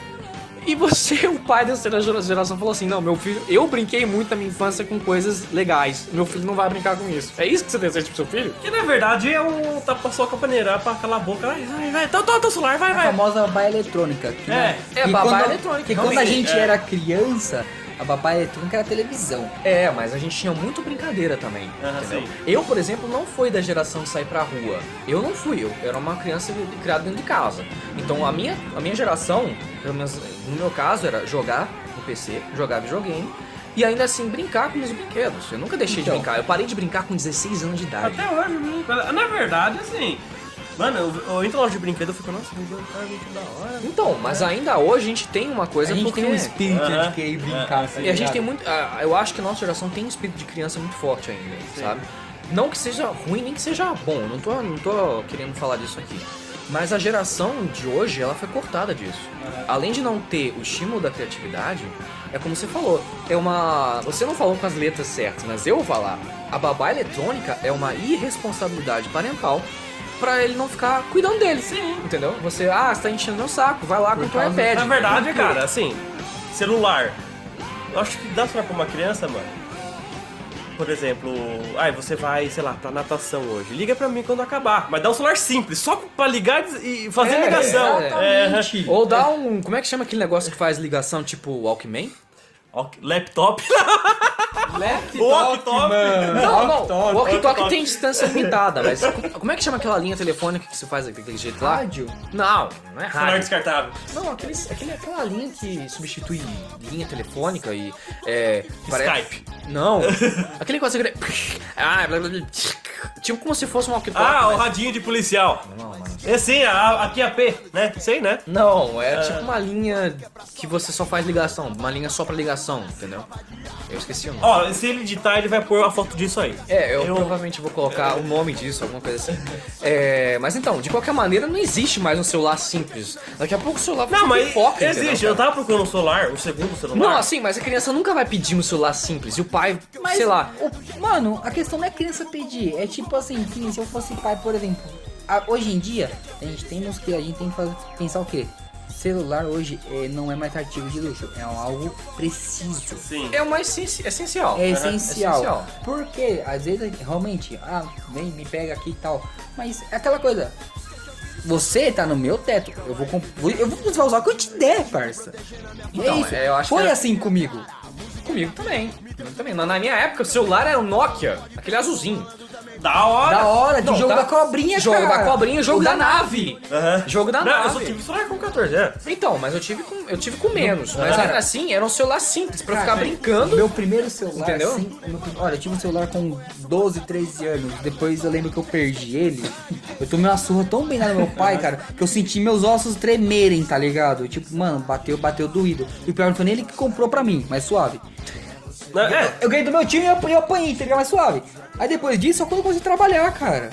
Speaker 1: E você, (laughs) o pai dessa gera- geração, falou assim: não, meu filho, eu brinquei muito na minha infância com coisas legais, meu filho não vai brincar com isso. É isso que você deseja pro seu filho?
Speaker 3: Que na verdade é um tapa só a paneira pra calar a boca. Vai, vai, vai. Então toma teu celular, vai,
Speaker 2: A
Speaker 1: Tá
Speaker 3: vai.
Speaker 2: famosa babá eletrônica. Que
Speaker 3: É,
Speaker 2: na-
Speaker 1: é,
Speaker 2: que
Speaker 1: babá
Speaker 2: quando-
Speaker 1: eletrônica,
Speaker 2: Que quando a
Speaker 1: realmente,
Speaker 2: gente
Speaker 3: é.
Speaker 2: era criança, a babá eletrônica era a televisão.
Speaker 1: É, mas a gente tinha muito brincadeira também.
Speaker 3: Aham,
Speaker 1: entendeu?
Speaker 3: sim.
Speaker 1: Eu, por exemplo, não fui da geração de sair pra rua. Eu não fui, eu era uma criança criada dentro de casa. Então a minha, a minha geração, pelo menos no meu caso, era jogar no PC, jogar videogame. E ainda assim, brincar com os brinquedos. Eu nunca deixei
Speaker 2: Então.
Speaker 1: de brincar. Eu parei de brincar com 16 anos de idade.
Speaker 3: Até hoje, né? Cara, Na verdade, assim. Mano, eu, eu entro na loja de brinquedo e fico, nossa, meu Deus, cara, que da hora.
Speaker 1: Então, mas ainda hoje a gente tem uma coisa
Speaker 2: a gente
Speaker 1: porque...
Speaker 2: tem um espírito
Speaker 3: Aham.
Speaker 2: de querer brincar. assim,
Speaker 1: E a gente
Speaker 2: ligado?
Speaker 1: tem muito. ah, Eu acho que a nossa geração tem um espírito de criança muito forte ainda, sabe? Não que seja ruim, nem que seja bom. Não tô, não tô querendo falar disso aqui. Mas a geração de hoje, ela foi cortada disso. Além de não ter o estímulo da criatividade, é como você falou, é uma. Você não falou com as letras certas, mas eu vou falar. A babá eletrônica é uma irresponsabilidade parental pra ele não ficar cuidando dele. Sim. Entendeu? Você, ah, você tá enchendo meu saco, vai lá com o teu
Speaker 2: causa-
Speaker 1: iPad.
Speaker 3: Na verdade,
Speaker 1: Por quê?
Speaker 3: cara, assim, celular. Eu acho que dá celular pra uma criança, mano. Por exemplo, ai, você vai, sei lá, pra natação hoje. Liga pra mim quando acabar. Mas dá um celular simples, só pra ligar e fazer
Speaker 1: É,
Speaker 3: ligação.
Speaker 2: Exatamente.
Speaker 1: Ou dá um. Como é que chama aquele negócio que faz ligação tipo Walkman?
Speaker 3: Ó, Laptop. (laughs) Walk-talk.
Speaker 2: Walk-talk, mano.
Speaker 1: Não, não.
Speaker 2: Walk-talk.
Speaker 1: Walk-talk
Speaker 3: walk-talk.
Speaker 1: tem distância limitada, mas co- como é que chama aquela linha telefônica que se faz daquele jeito lá?
Speaker 2: Rádio?
Speaker 1: Não, não é
Speaker 3: Celular
Speaker 1: rádio.
Speaker 3: descartável.
Speaker 1: Não, aqueles, aquele, aquela linha que substitui linha telefônica e. É,
Speaker 3: Skype. (laughs)
Speaker 1: Não. Aquele negócio que. você- Ah, blá, blá, blá, tipo como se fosse um walkie-talkie.
Speaker 3: Ah, o
Speaker 1: mas-
Speaker 3: radinho de policial.
Speaker 1: Não, mas-
Speaker 3: É sim, a, aqui é P, né? Sei, né?
Speaker 1: Não, é tipo uma linha que você só faz ligação, uma linha só pra ligação, entendeu? Eu esqueci o nome.
Speaker 3: Ó, se ele editar, ele vai pôr a foto disso aí.
Speaker 1: É, eu, provavelmente vou colocar o nome disso, alguma coisa assim. É, mas então, de qualquer maneira, não existe mais um celular simples. Daqui a pouco o celular vai
Speaker 3: Não, mas
Speaker 1: pipoca, entendeu,
Speaker 3: existe.
Speaker 1: é cara?
Speaker 3: Eu tava procurando um celular, o segundo celular.
Speaker 1: Não, assim, mas a criança nunca vai pedir um celular simples. E o pai, sei lá.
Speaker 2: o- mano, a questão não é criança pedir. É tipo assim, que nem se eu fosse pai, por exemplo. a- hoje em dia, a gente temos que. A gente tem que fazer- pensar o quê? Celular hoje eh, não é mais artigo de luxo, é algo preciso.
Speaker 3: Sim.
Speaker 1: É o mais essenci- essencial.
Speaker 2: É essencial.
Speaker 1: essencial.
Speaker 2: Porque, às vezes, realmente, ah, vem, me pega aqui e tal. Mas é aquela coisa. Você tá no meu teto. Eu vou, comp- vou- eu vou usar o que eu te der, parça.
Speaker 1: Então,
Speaker 2: é isso.
Speaker 1: é, eu acho
Speaker 2: Foi
Speaker 1: que-
Speaker 2: assim comigo.
Speaker 1: Comigo também. Eu também. Na, na minha época, o celular era o Nokia, aquele azulzinho.
Speaker 3: Da hora.
Speaker 2: Da hora, de
Speaker 1: Ah, Não,
Speaker 2: jogo
Speaker 1: da-
Speaker 2: da, cobrinha,
Speaker 1: jogo
Speaker 2: cara.
Speaker 1: da cobrinha, jogo
Speaker 2: O
Speaker 1: da, nave.
Speaker 3: Aham.
Speaker 1: Jogo da
Speaker 3: Não,
Speaker 1: nave.
Speaker 3: eu só tive celular com é. 14 anos.
Speaker 1: Então, mas eu tive com, eu tive com menos. Mas
Speaker 2: Cara.
Speaker 1: ainda assim, era um celular simples pra eu
Speaker 2: Cara,
Speaker 1: ficar brincando.
Speaker 2: Meu primeiro celular,
Speaker 1: Entendeu?
Speaker 2: assim, o meu prim- olha, eu tive um celular com 12, 13 anos. Depois eu lembro que eu perdi ele. Eu tomei uma surra tão bem lá no
Speaker 1: (laughs)
Speaker 2: meu pai, cara, que eu senti meus ossos tremerem, tá ligado? Tipo, mano, bateu, bateu doído. E o pior não foi nem ele que comprou pra mim, mas suave.
Speaker 3: Não, é.
Speaker 2: Eu ganhei do meu time e eu, eu apanhei, tá ligado? Mas suave. Aí depois disso, só quando eu comecei a trabalhar, cara.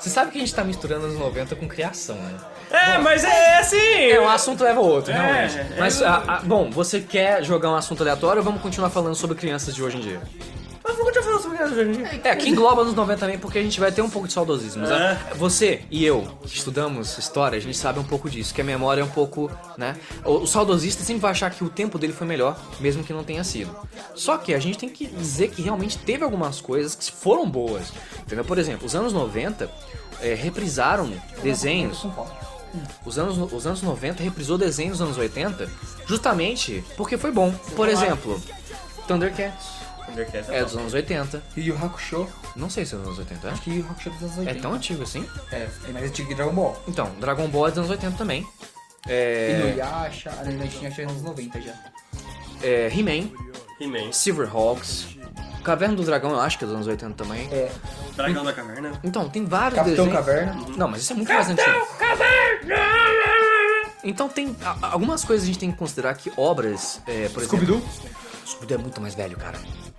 Speaker 1: Você sabe que a gente tá misturando anos 90 com criação, né?
Speaker 3: É, mas é, é sim.
Speaker 1: É, um assunto leva ao outro,
Speaker 3: É,
Speaker 1: realmente.
Speaker 3: é.
Speaker 1: Mas, ah, ah, bom, você quer jogar um assunto aleatório ou vamos continuar falando sobre crianças de hoje em dia?
Speaker 3: Mas nunca tinha falado sobre isso, gente.
Speaker 1: É, que engloba nos 90 também, porque a gente vai ter um pouco de saudosismo. né?
Speaker 3: É.
Speaker 1: Você e eu, que estudamos história, a gente sabe um pouco disso, que a memória é um pouco, né? O, o saudosista sempre vai achar que o tempo dele foi melhor, mesmo que não tenha sido. Só que a gente tem que dizer que realmente teve algumas coisas que foram boas. Entendeu? Por exemplo, os anos 90 eh, reprisaram desenhos os anos, os anos 90 reprisou desenhos dos anos 80 justamente porque foi bom. Por exemplo, Thundercats
Speaker 3: Thundercats
Speaker 1: é dos anos 80.
Speaker 2: E o Yu Hakusho,
Speaker 1: Não sei se é dos anos 80,
Speaker 2: acho que o Yu Hakusho é dos anos
Speaker 1: é? É
Speaker 2: 80.
Speaker 1: tão antigo assim?
Speaker 2: É, é mais antigo que Dragon Ball.
Speaker 1: Então, Dragon Ball é dos anos 80 também.
Speaker 2: E no
Speaker 1: É,
Speaker 2: Yasha, a Nantinha chega nos 90 já.
Speaker 1: é, He-Man,
Speaker 3: He-Man.
Speaker 1: Silverhawks, Caverna do Dragão eu acho que é dos anos 80 também.
Speaker 2: É,
Speaker 3: Dragão da Caverna.
Speaker 1: Então, tem vários
Speaker 2: Capitão
Speaker 1: desenhos.
Speaker 2: Caverna.
Speaker 1: Não, mas isso é muito mais antigo. Então tem a- algumas coisas a gente tem que considerar que obras, é, por exemplo... Scooby-Doo é muito mais velho, cara.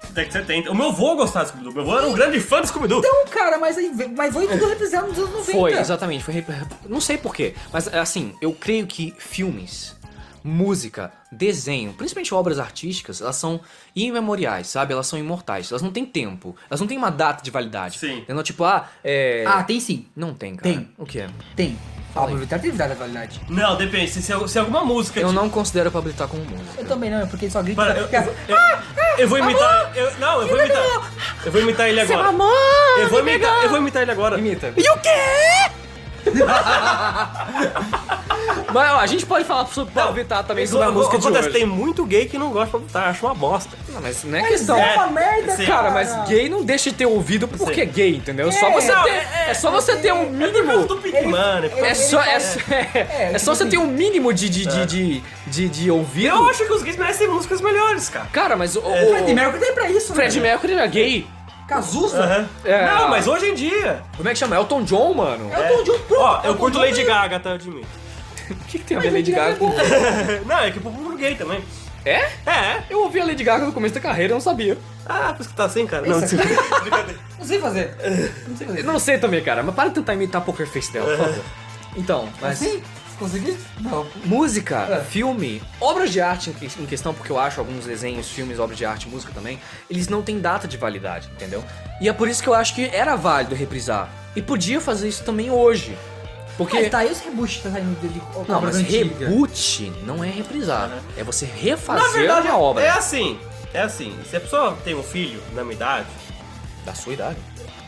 Speaker 3: até que você tem. O meu avô gostava de Scooby-Doo. Meu avô era um grande fã de Scooby-Doo.
Speaker 2: Então, cara, mas, aí, mas foi tudo representado nos anos 90.
Speaker 1: Foi, exatamente. Foi, rep- não sei porquê, mas assim, eu creio que filmes, música, desenho, principalmente obras artísticas, elas são imemoriais, sabe? Elas são imortais. Elas não têm tempo. Elas não têm uma data de validade.
Speaker 3: Sim.
Speaker 1: Entendeu? Tipo, ah, é.
Speaker 2: Ah, tem sim.
Speaker 1: não tem, cara.
Speaker 2: tem.
Speaker 1: O que é?
Speaker 2: Tem. A aproveitar tem dado a validade.
Speaker 3: Não, depende. Se, se, se alguma música.
Speaker 1: Eu
Speaker 3: te-
Speaker 1: não considero pra habilitar como música.
Speaker 2: Eu também não, é porque ele só grita. Ah,
Speaker 3: Para, eu, eu, eu, eu vou imitar. Eu, não, eu vou imitar. Eu vou imitar ele agora. Eu vou imitar, eu vou imitar ele agora.
Speaker 1: Imita.
Speaker 2: é E o quê?
Speaker 1: Mas ó, a gente pode falar sobre pra habilitar também
Speaker 3: Isso,
Speaker 1: sobre a
Speaker 3: eu vou-
Speaker 1: música de
Speaker 3: acontece,
Speaker 1: hoje.
Speaker 3: tem muito gay que não gosta de votar, acha uma bosta.
Speaker 1: Não, mas não é
Speaker 2: Mas
Speaker 1: questão.
Speaker 2: é uma merda, Ah.
Speaker 3: sim.
Speaker 1: Cara, mas gay não deixa de ter ouvido porque
Speaker 3: Sim.
Speaker 1: é gay, entendeu? É só você
Speaker 3: Não,
Speaker 1: ter,
Speaker 3: é-
Speaker 1: é, só você ter um mínimo.
Speaker 3: Do Pink Money, pô.
Speaker 1: É
Speaker 2: Ele
Speaker 1: só, é,
Speaker 2: fala-
Speaker 1: só- é,
Speaker 2: é,
Speaker 1: é só você
Speaker 2: tipo
Speaker 1: ter um mínimo de, de, de,
Speaker 3: É.
Speaker 1: de, de, de ouvido.
Speaker 3: Eu acho que os gays merecem músicas melhores, cara.
Speaker 1: Cara, mas o,
Speaker 3: É.
Speaker 1: o-
Speaker 2: Fred Mercury tem pra isso,
Speaker 1: Fred
Speaker 2: né?
Speaker 1: Mercury era gay.
Speaker 2: Cazuza?
Speaker 3: Aham.
Speaker 1: É.
Speaker 3: Não, mas hoje em dia. um
Speaker 1: Como é que chama? Elton John, mano.
Speaker 2: É o Tom John pronto.
Speaker 3: Ó,
Speaker 2: é o
Speaker 3: eu
Speaker 2: Tom
Speaker 3: curto
Speaker 2: John
Speaker 3: Lady
Speaker 2: mesmo.
Speaker 3: Gaga, tá? Eu admito.
Speaker 1: O que, que tem a ver
Speaker 2: Mas
Speaker 1: Lady
Speaker 2: Lady
Speaker 1: Gaga
Speaker 2: Gaga
Speaker 1: com...
Speaker 2: é
Speaker 3: (laughs) não, é que o público gay também.
Speaker 1: É?
Speaker 3: É, é.
Speaker 1: Eu ouvi a Lady Gaga no começo da carreira, eu não sabia.
Speaker 3: Ah, por isso que tá assim, cara. Não,
Speaker 2: Isso.
Speaker 3: desculpa.
Speaker 2: Não sei fazer. Não sei fazer.
Speaker 1: Eu não sei também, cara, mas para de tentar imitar Poker Face dela, por favor.
Speaker 3: É.
Speaker 1: Então, mas...
Speaker 2: Sim? Consegui? Não.
Speaker 1: Música,
Speaker 2: É.
Speaker 1: filme, obras de arte em que- em questão, porque eu acho alguns desenhos, filmes, obras de arte, música também, eles não têm data de validade, entendeu? E é por isso que eu acho que era válido reprisar. E podia fazer isso também hoje. Porque.
Speaker 2: Mas tá, e os reboots que tá saindo dele?
Speaker 1: Não, mas
Speaker 2: Antiga.
Speaker 1: reboot não é reprisar. É você refazer
Speaker 3: (laughs) Na verdade,
Speaker 1: uma obra
Speaker 3: é assim. É assim. Se a pessoa tem um filho na minha idade.
Speaker 1: da sua idade.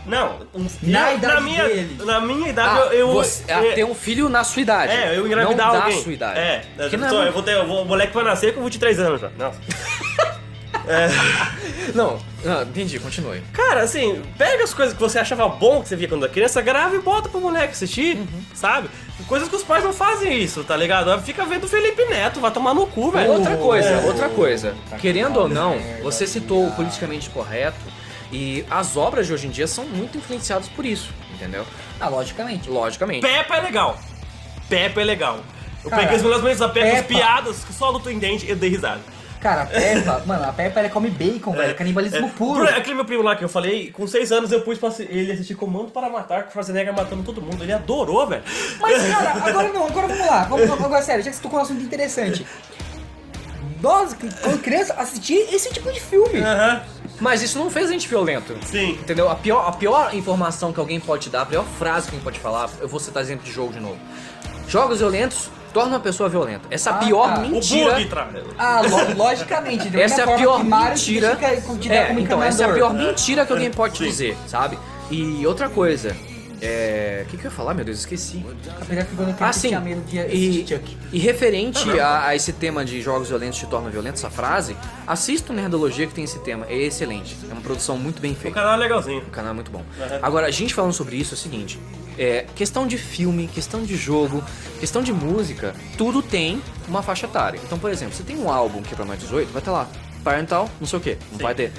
Speaker 3: Não, um
Speaker 2: Na
Speaker 3: eu-
Speaker 2: idade
Speaker 3: minha,
Speaker 2: dele.
Speaker 3: Na minha idade,
Speaker 1: Ah,
Speaker 3: eu. eu
Speaker 1: você, ah,
Speaker 3: é,
Speaker 1: ter um filho na sua idade.
Speaker 3: é, eu engravidar
Speaker 1: não
Speaker 3: alguém.
Speaker 1: da sua idade.
Speaker 3: É,
Speaker 1: Porque
Speaker 3: eu,
Speaker 1: não,
Speaker 3: sou- eu vou ter. eu vou- O moleque vai nascer com 23 anos já. Nossa.
Speaker 1: não, não, entendi, continue.
Speaker 3: Cara, assim, pega as coisas que você achava bom que você via quando era criança, grava e bota pro moleque assistir, sabe? Coisas que os pais não fazem isso, tá ligado? Fica vendo o Felipe Neto, vai tomar no cu, velho.
Speaker 1: Outra coisa,
Speaker 3: É.
Speaker 1: outra coisa. Querendo ou não,
Speaker 2: merda,
Speaker 1: você citou o politicamente correto e as obras de hoje em dia são muito influenciadas por isso, entendeu?
Speaker 2: Ah, logicamente.
Speaker 1: Logicamente.
Speaker 3: Peppa é legal. Peppa é legal. Eu
Speaker 2: Cara,
Speaker 3: peguei os melhores momentos da Peppa, as
Speaker 2: Peppa.
Speaker 3: piadas que só lutam em dente e eu dei risada.
Speaker 2: Cara, a Peppa, mano, a Peppa ela come bacon, velho. Canibalismo
Speaker 3: É,
Speaker 2: puro.
Speaker 3: por- Aquele meu primo lá que eu falei, com seis anos eu pus pra assi- ele assistir Comando para Matar, com o Schwarzenegger matando todo mundo. Ele adorou, velho.
Speaker 2: Mas, cara, agora não, agora vamos lá. Vamos, vamos- agora, sério, já que você tocou um assunto interessante. Nós, que- quando criança, assistir esse tipo de filme.
Speaker 3: Aham,
Speaker 1: Mas isso não fez a gente violento.
Speaker 3: sim.
Speaker 1: Entendeu? A pior, a pior informação que alguém pode te dar, a pior frase que alguém pode falar, eu vou citar exemplo de jogo de novo. Jogos violentos tornam a pessoa violenta. Essa é a
Speaker 2: Ah,
Speaker 1: pior
Speaker 2: tá.
Speaker 3: O
Speaker 1: mentira.
Speaker 3: bug, tra...
Speaker 2: Ah, lo- logicamente. da
Speaker 1: Essa é
Speaker 2: mesma
Speaker 1: a
Speaker 2: forma
Speaker 1: pior
Speaker 2: que Mario
Speaker 1: mentira.
Speaker 2: significa com- te dá
Speaker 1: É,
Speaker 2: como
Speaker 1: então, essa é a pior
Speaker 2: encanador.
Speaker 1: mentira que alguém pode te
Speaker 3: Sim.
Speaker 1: dizer, sabe? E outra coisa, é. O que, que eu ia falar, meu Deus? Esqueci.
Speaker 2: Apesar que quando eu
Speaker 1: Ah,
Speaker 2: criança, eu
Speaker 1: sim.
Speaker 2: tinha medo de
Speaker 1: E,
Speaker 2: assistir Chuck.
Speaker 1: e referente a, a esse tema de jogos violentos te tornam violento, essa frase, assista o Nerdologia que tem esse tema. É excelente. É uma produção muito bem
Speaker 3: O
Speaker 1: feita.
Speaker 3: canal é legalzinho.
Speaker 1: O canal é muito bom.
Speaker 3: Aham.
Speaker 1: Agora, a gente falando sobre isso é o seguinte: é, questão de filme, questão de jogo, questão de música, tudo tem uma faixa etária. Então, por exemplo, você tem um álbum que é pra mais 18, vai ter lá, parental, não sei o que, não vai ter.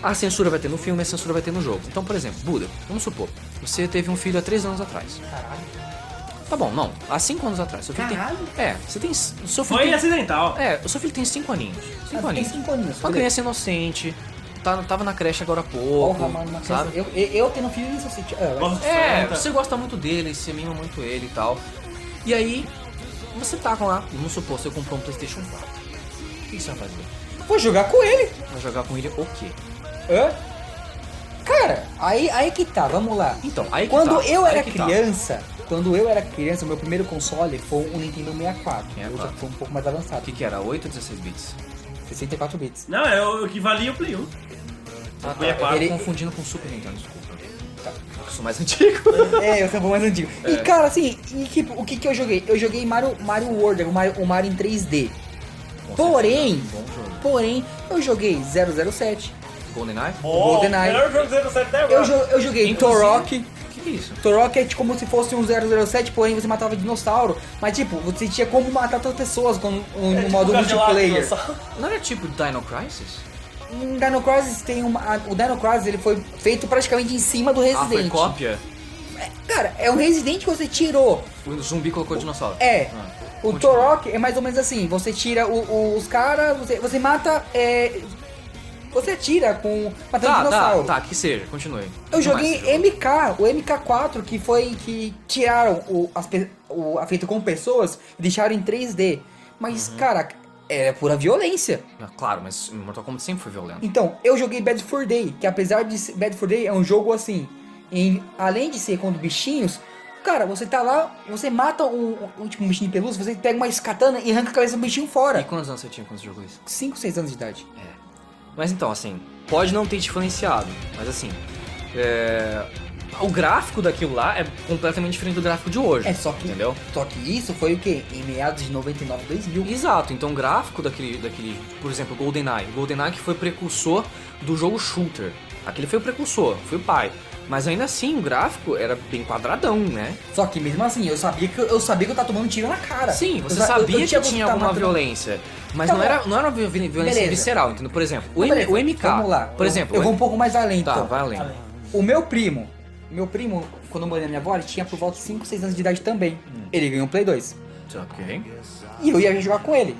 Speaker 1: A censura vai ter no filme, a censura vai ter no jogo. Então, por exemplo, Buda, vamos supor, você teve um filho há 3 anos atrás.
Speaker 2: Caralho.
Speaker 1: Tá bom, não, há 5 anos atrás. Seu filho
Speaker 2: Caralho. assim.
Speaker 1: tem. É, você tem. Seu filho
Speaker 3: Foi
Speaker 1: tem-
Speaker 3: acidental.
Speaker 1: é, o seu filho tem 5 aninhos. 5
Speaker 2: Ah, tem
Speaker 1: aninhos.
Speaker 2: cinco aninhos.
Speaker 1: Uma
Speaker 2: beleza.
Speaker 1: criança inocente, tá, tava na creche agora há pouco.
Speaker 2: Porra, mano, uma criança.
Speaker 1: sabe?
Speaker 2: Eu, eu, eu tendo filho, eu só senti. Ah, vai.
Speaker 3: Nossa,
Speaker 1: É,
Speaker 3: santa.
Speaker 1: você gosta muito dele, você mima muito ele e tal. E aí, você tá com lá, vamos supor, você comprou um PlayStation 4. O que que você vai fazer?
Speaker 2: Vou jogar com ele.
Speaker 1: Vai jogar com ele o quê?
Speaker 2: Hã? Cara, aí, aí que tá, vamos lá.
Speaker 1: Então, aí que
Speaker 2: Quando
Speaker 1: tá,
Speaker 2: eu
Speaker 1: aí
Speaker 2: era
Speaker 1: que tá.
Speaker 2: criança, quando eu era criança, o meu primeiro console foi um Nintendo 64.
Speaker 1: 64.
Speaker 2: Eu já foi um pouco mais
Speaker 1: O
Speaker 2: avançado,
Speaker 1: que, que era? 8 ou 16 bits?
Speaker 2: 64 bits.
Speaker 3: Não, é o que valia o Play 1.
Speaker 1: Ah, tá.
Speaker 3: 64.
Speaker 1: Eu tô confundindo com Super Nintendo, desculpa. Tá, Eu sou mais (laughs) antigo.
Speaker 2: É, eu sou um pouco mais antigo. E cara, assim, e que- o que que eu joguei? Eu joguei Mario, Mario World, o Mario, o Mario em 3D. Porém,
Speaker 1: Bom jogo.
Speaker 2: porém, eu joguei 007.
Speaker 1: GoldenEye?
Speaker 2: GoldenEye.
Speaker 3: Melhor jogo do 07 até agora.
Speaker 2: Eu, jo- eu joguei
Speaker 1: Inclusive-
Speaker 2: Torok.
Speaker 1: O que, que é isso?
Speaker 2: Torok é tipo como se fosse um 007, porém você matava dinossauro. Mas tipo, você tinha como matar outras pessoas com, no
Speaker 3: É tipo
Speaker 2: modo
Speaker 3: um Cadillac,
Speaker 2: multiplayer.
Speaker 3: nossa.
Speaker 1: Não era tipo Dino Crisis?
Speaker 2: Em Dino Crisis tem uma. a- O Dino Crisis ele foi feito praticamente em cima do
Speaker 1: Ah, foi
Speaker 2: Resident.
Speaker 1: cópia?
Speaker 2: Cara, é um Resident que você tirou.
Speaker 1: O zumbi colocou dinossauro.
Speaker 2: É.
Speaker 1: Ah,
Speaker 2: o
Speaker 1: continua.
Speaker 2: Torok é mais ou menos assim, você tira o- o- os caras, você, você mata é, Você tira com matando
Speaker 1: Tá, tá,
Speaker 2: dinossauro.
Speaker 1: tá, que seja, continue.
Speaker 2: Eu
Speaker 1: Que
Speaker 2: joguei
Speaker 1: mais você jogou?
Speaker 2: MK, o MK4, que foi que tiraram o, as pe- o- a feita com pessoas e deixaram em 3D.
Speaker 1: Uhum.
Speaker 2: Mas, cara, era pura violência.
Speaker 1: Ah, Claro, mas Mortal Kombat sempre foi violento.
Speaker 2: Então, eu joguei Bad for Day, que apesar de ser- Bad for Day é um jogo assim, em- além de ser contra bichinhos, cara, você tá lá, você mata um, um- tipo, um bichinho de pelúcia, você pega uma escatana e arranca a cabeça do bichinho
Speaker 1: E
Speaker 2: fora.
Speaker 1: quantos anos você tinha quando você jogou isso?
Speaker 2: 5, 6 anos de idade.
Speaker 1: É. Mas então, assim, pode não ter te influenciado, mas assim, é, o gráfico daquilo lá é completamente diferente do gráfico de hoje.
Speaker 2: É só que,
Speaker 1: Entendeu?
Speaker 2: só que isso foi o quê? Em meados de 99, 2000.
Speaker 1: Exato, então o gráfico daquele, daquele, por exemplo, GoldenEye. GoldenEye que foi precursor do jogo shooter. Aquele foi o precursor, foi o pai. Mas ainda assim, o gráfico era bem quadradão, né?
Speaker 2: Só que mesmo assim, eu sabia que eu sabia que eu tava tomando tiro na cara.
Speaker 1: Sim, você
Speaker 2: É, Eu sa- eu- eu
Speaker 1: sabia
Speaker 2: tinha
Speaker 1: que tinha
Speaker 2: tá
Speaker 1: alguma
Speaker 2: matando-
Speaker 1: violência. Mas
Speaker 2: Tá
Speaker 1: não
Speaker 2: bom.
Speaker 1: era, não era uma vi- vi- violência
Speaker 2: Beleza.
Speaker 1: visceral, entendeu? Por exemplo, o,
Speaker 2: Mas
Speaker 1: M-
Speaker 2: beleza,
Speaker 1: o MK.
Speaker 2: Vamos lá.
Speaker 1: Por exemplo,
Speaker 2: eu
Speaker 1: o-
Speaker 2: vou um pouco mais além,
Speaker 1: Tá,
Speaker 2: então.
Speaker 1: vai além.
Speaker 2: O meu primo, meu primo, quando eu morei na minha avó, ele tinha por volta de 5, 6 anos de idade também.
Speaker 1: Hum.
Speaker 2: Ele ganhou um Play 2.
Speaker 1: Ok.
Speaker 2: E eu ia jogar com ele.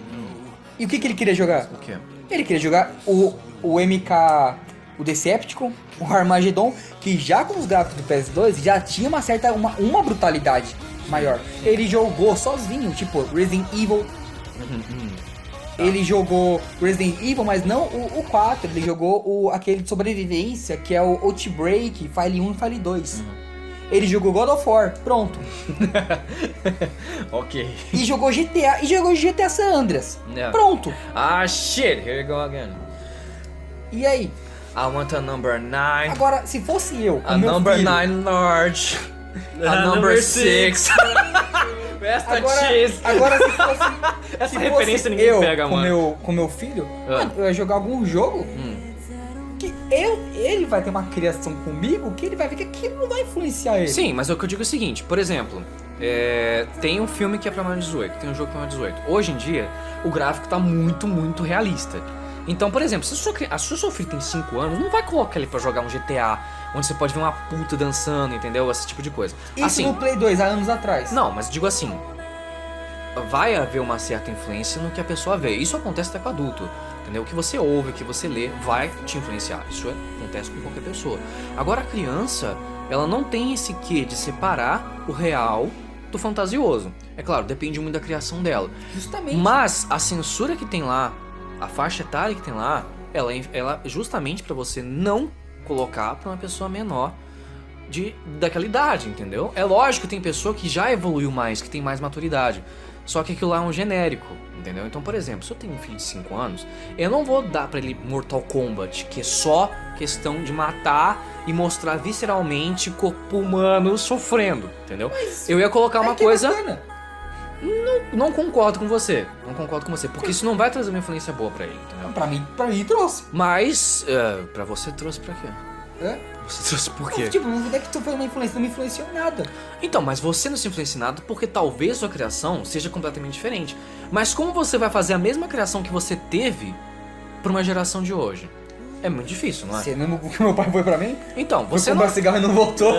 Speaker 2: E o que, que ele queria jogar?
Speaker 1: O quê?
Speaker 2: Ele queria jogar o, o MK, o Decepticon, o Armageddon, que já com os gráficos do PS2 já tinha uma certa, uma, uma brutalidade maior. Ele jogou sozinho, tipo Resident Evil. Ele jogou Resident Evil, mas não o, o 4. Ele jogou o, aquele de sobrevivência, que é o Outbreak, File 1 e File 2. Ele jogou God of War, pronto.
Speaker 1: (laughs) Ok.
Speaker 2: E jogou GTA, e jogou GTA San Andreas,
Speaker 1: Yeah.
Speaker 2: pronto.
Speaker 1: Ah, shit, here we go again.
Speaker 2: E aí?
Speaker 1: I want a number 9.
Speaker 2: Agora, se fosse eu,
Speaker 1: A
Speaker 2: o meu
Speaker 1: number
Speaker 2: filho,
Speaker 1: 9 (laughs) large. A
Speaker 3: Ah,
Speaker 1: number
Speaker 3: number
Speaker 1: 6. (laughs)
Speaker 3: six.
Speaker 1: Resta
Speaker 2: Agora,
Speaker 1: cheese.
Speaker 2: agora se
Speaker 1: (laughs)
Speaker 2: fosse,
Speaker 1: Essa
Speaker 2: se
Speaker 1: referência
Speaker 2: fosse
Speaker 1: ninguém
Speaker 2: eu
Speaker 1: pega,
Speaker 2: com
Speaker 1: mano.
Speaker 2: Meu, com meu filho,
Speaker 1: Ah.
Speaker 2: mano, eu ia jogar algum jogo
Speaker 1: Hum.
Speaker 2: que eu, ele vai ter uma criação comigo que ele vai ver que aquilo não vai influenciar ele.
Speaker 1: Sim, mas o que eu digo é o seguinte, por exemplo, é, tem um filme que é pra maior de 18, tem um jogo que é pra maior de 18. Hoje em dia, o gráfico tá muito, muito realista. Então, por exemplo, se a sua, cri- a sua, sua filha tem 5 anos, não vai colocar ele pra jogar um GTA, onde você pode ver uma puta dançando, entendeu? Esse tipo de coisa.
Speaker 2: Isso
Speaker 1: assim,
Speaker 2: no Play 2, há anos atrás.
Speaker 1: Não, mas digo assim, vai haver uma certa influência no que a pessoa vê. Isso acontece até com adulto, entendeu? O que você ouve, o que você lê, vai te influenciar. Isso é- acontece com qualquer pessoa. Agora a criança, ela não tem esse quê de separar o real do fantasioso. É claro, depende muito da criação dela.
Speaker 2: Justamente.
Speaker 1: Mas a censura que tem lá, a faixa etária que tem lá, ela, é- ela é justamente pra você não colocar pra uma pessoa menor de, daquela idade, entendeu? É lógico que tem pessoa que já evoluiu mais, que tem mais maturidade. Só que aquilo lá é um genérico, entendeu? Então, por exemplo, se eu tenho um filho de 5 anos, eu não vou dar pra ele Mortal Kombat, que é só questão de matar e mostrar visceralmente corpo humano sofrendo, entendeu? eu ia colocar é uma
Speaker 2: Aí é que
Speaker 1: coisa
Speaker 2: bacana.
Speaker 1: não concordo com você. Não concordo com você. Porque isso não vai trazer uma influência boa pra ele, entendeu?
Speaker 2: Pra mim, pra mim trouxe.
Speaker 1: Mas, é, pra você trouxe pra quê?
Speaker 2: né?
Speaker 1: Você (laughs) trouxe por quê?
Speaker 2: Tipo, não é que tu foi uma influência, não me influenciou em nada.
Speaker 1: Então, mas você não se influencia em nada porque talvez sua criação seja completamente diferente. Mas como você vai fazer a mesma criação que você teve pra uma geração de hoje? É muito difícil, não é?
Speaker 2: Você lembra o que (laughs) meu pai foi pra mim?
Speaker 1: Então, você
Speaker 2: foi
Speaker 1: não,
Speaker 2: comprar cigarro e
Speaker 1: (laughs)
Speaker 2: não voltou.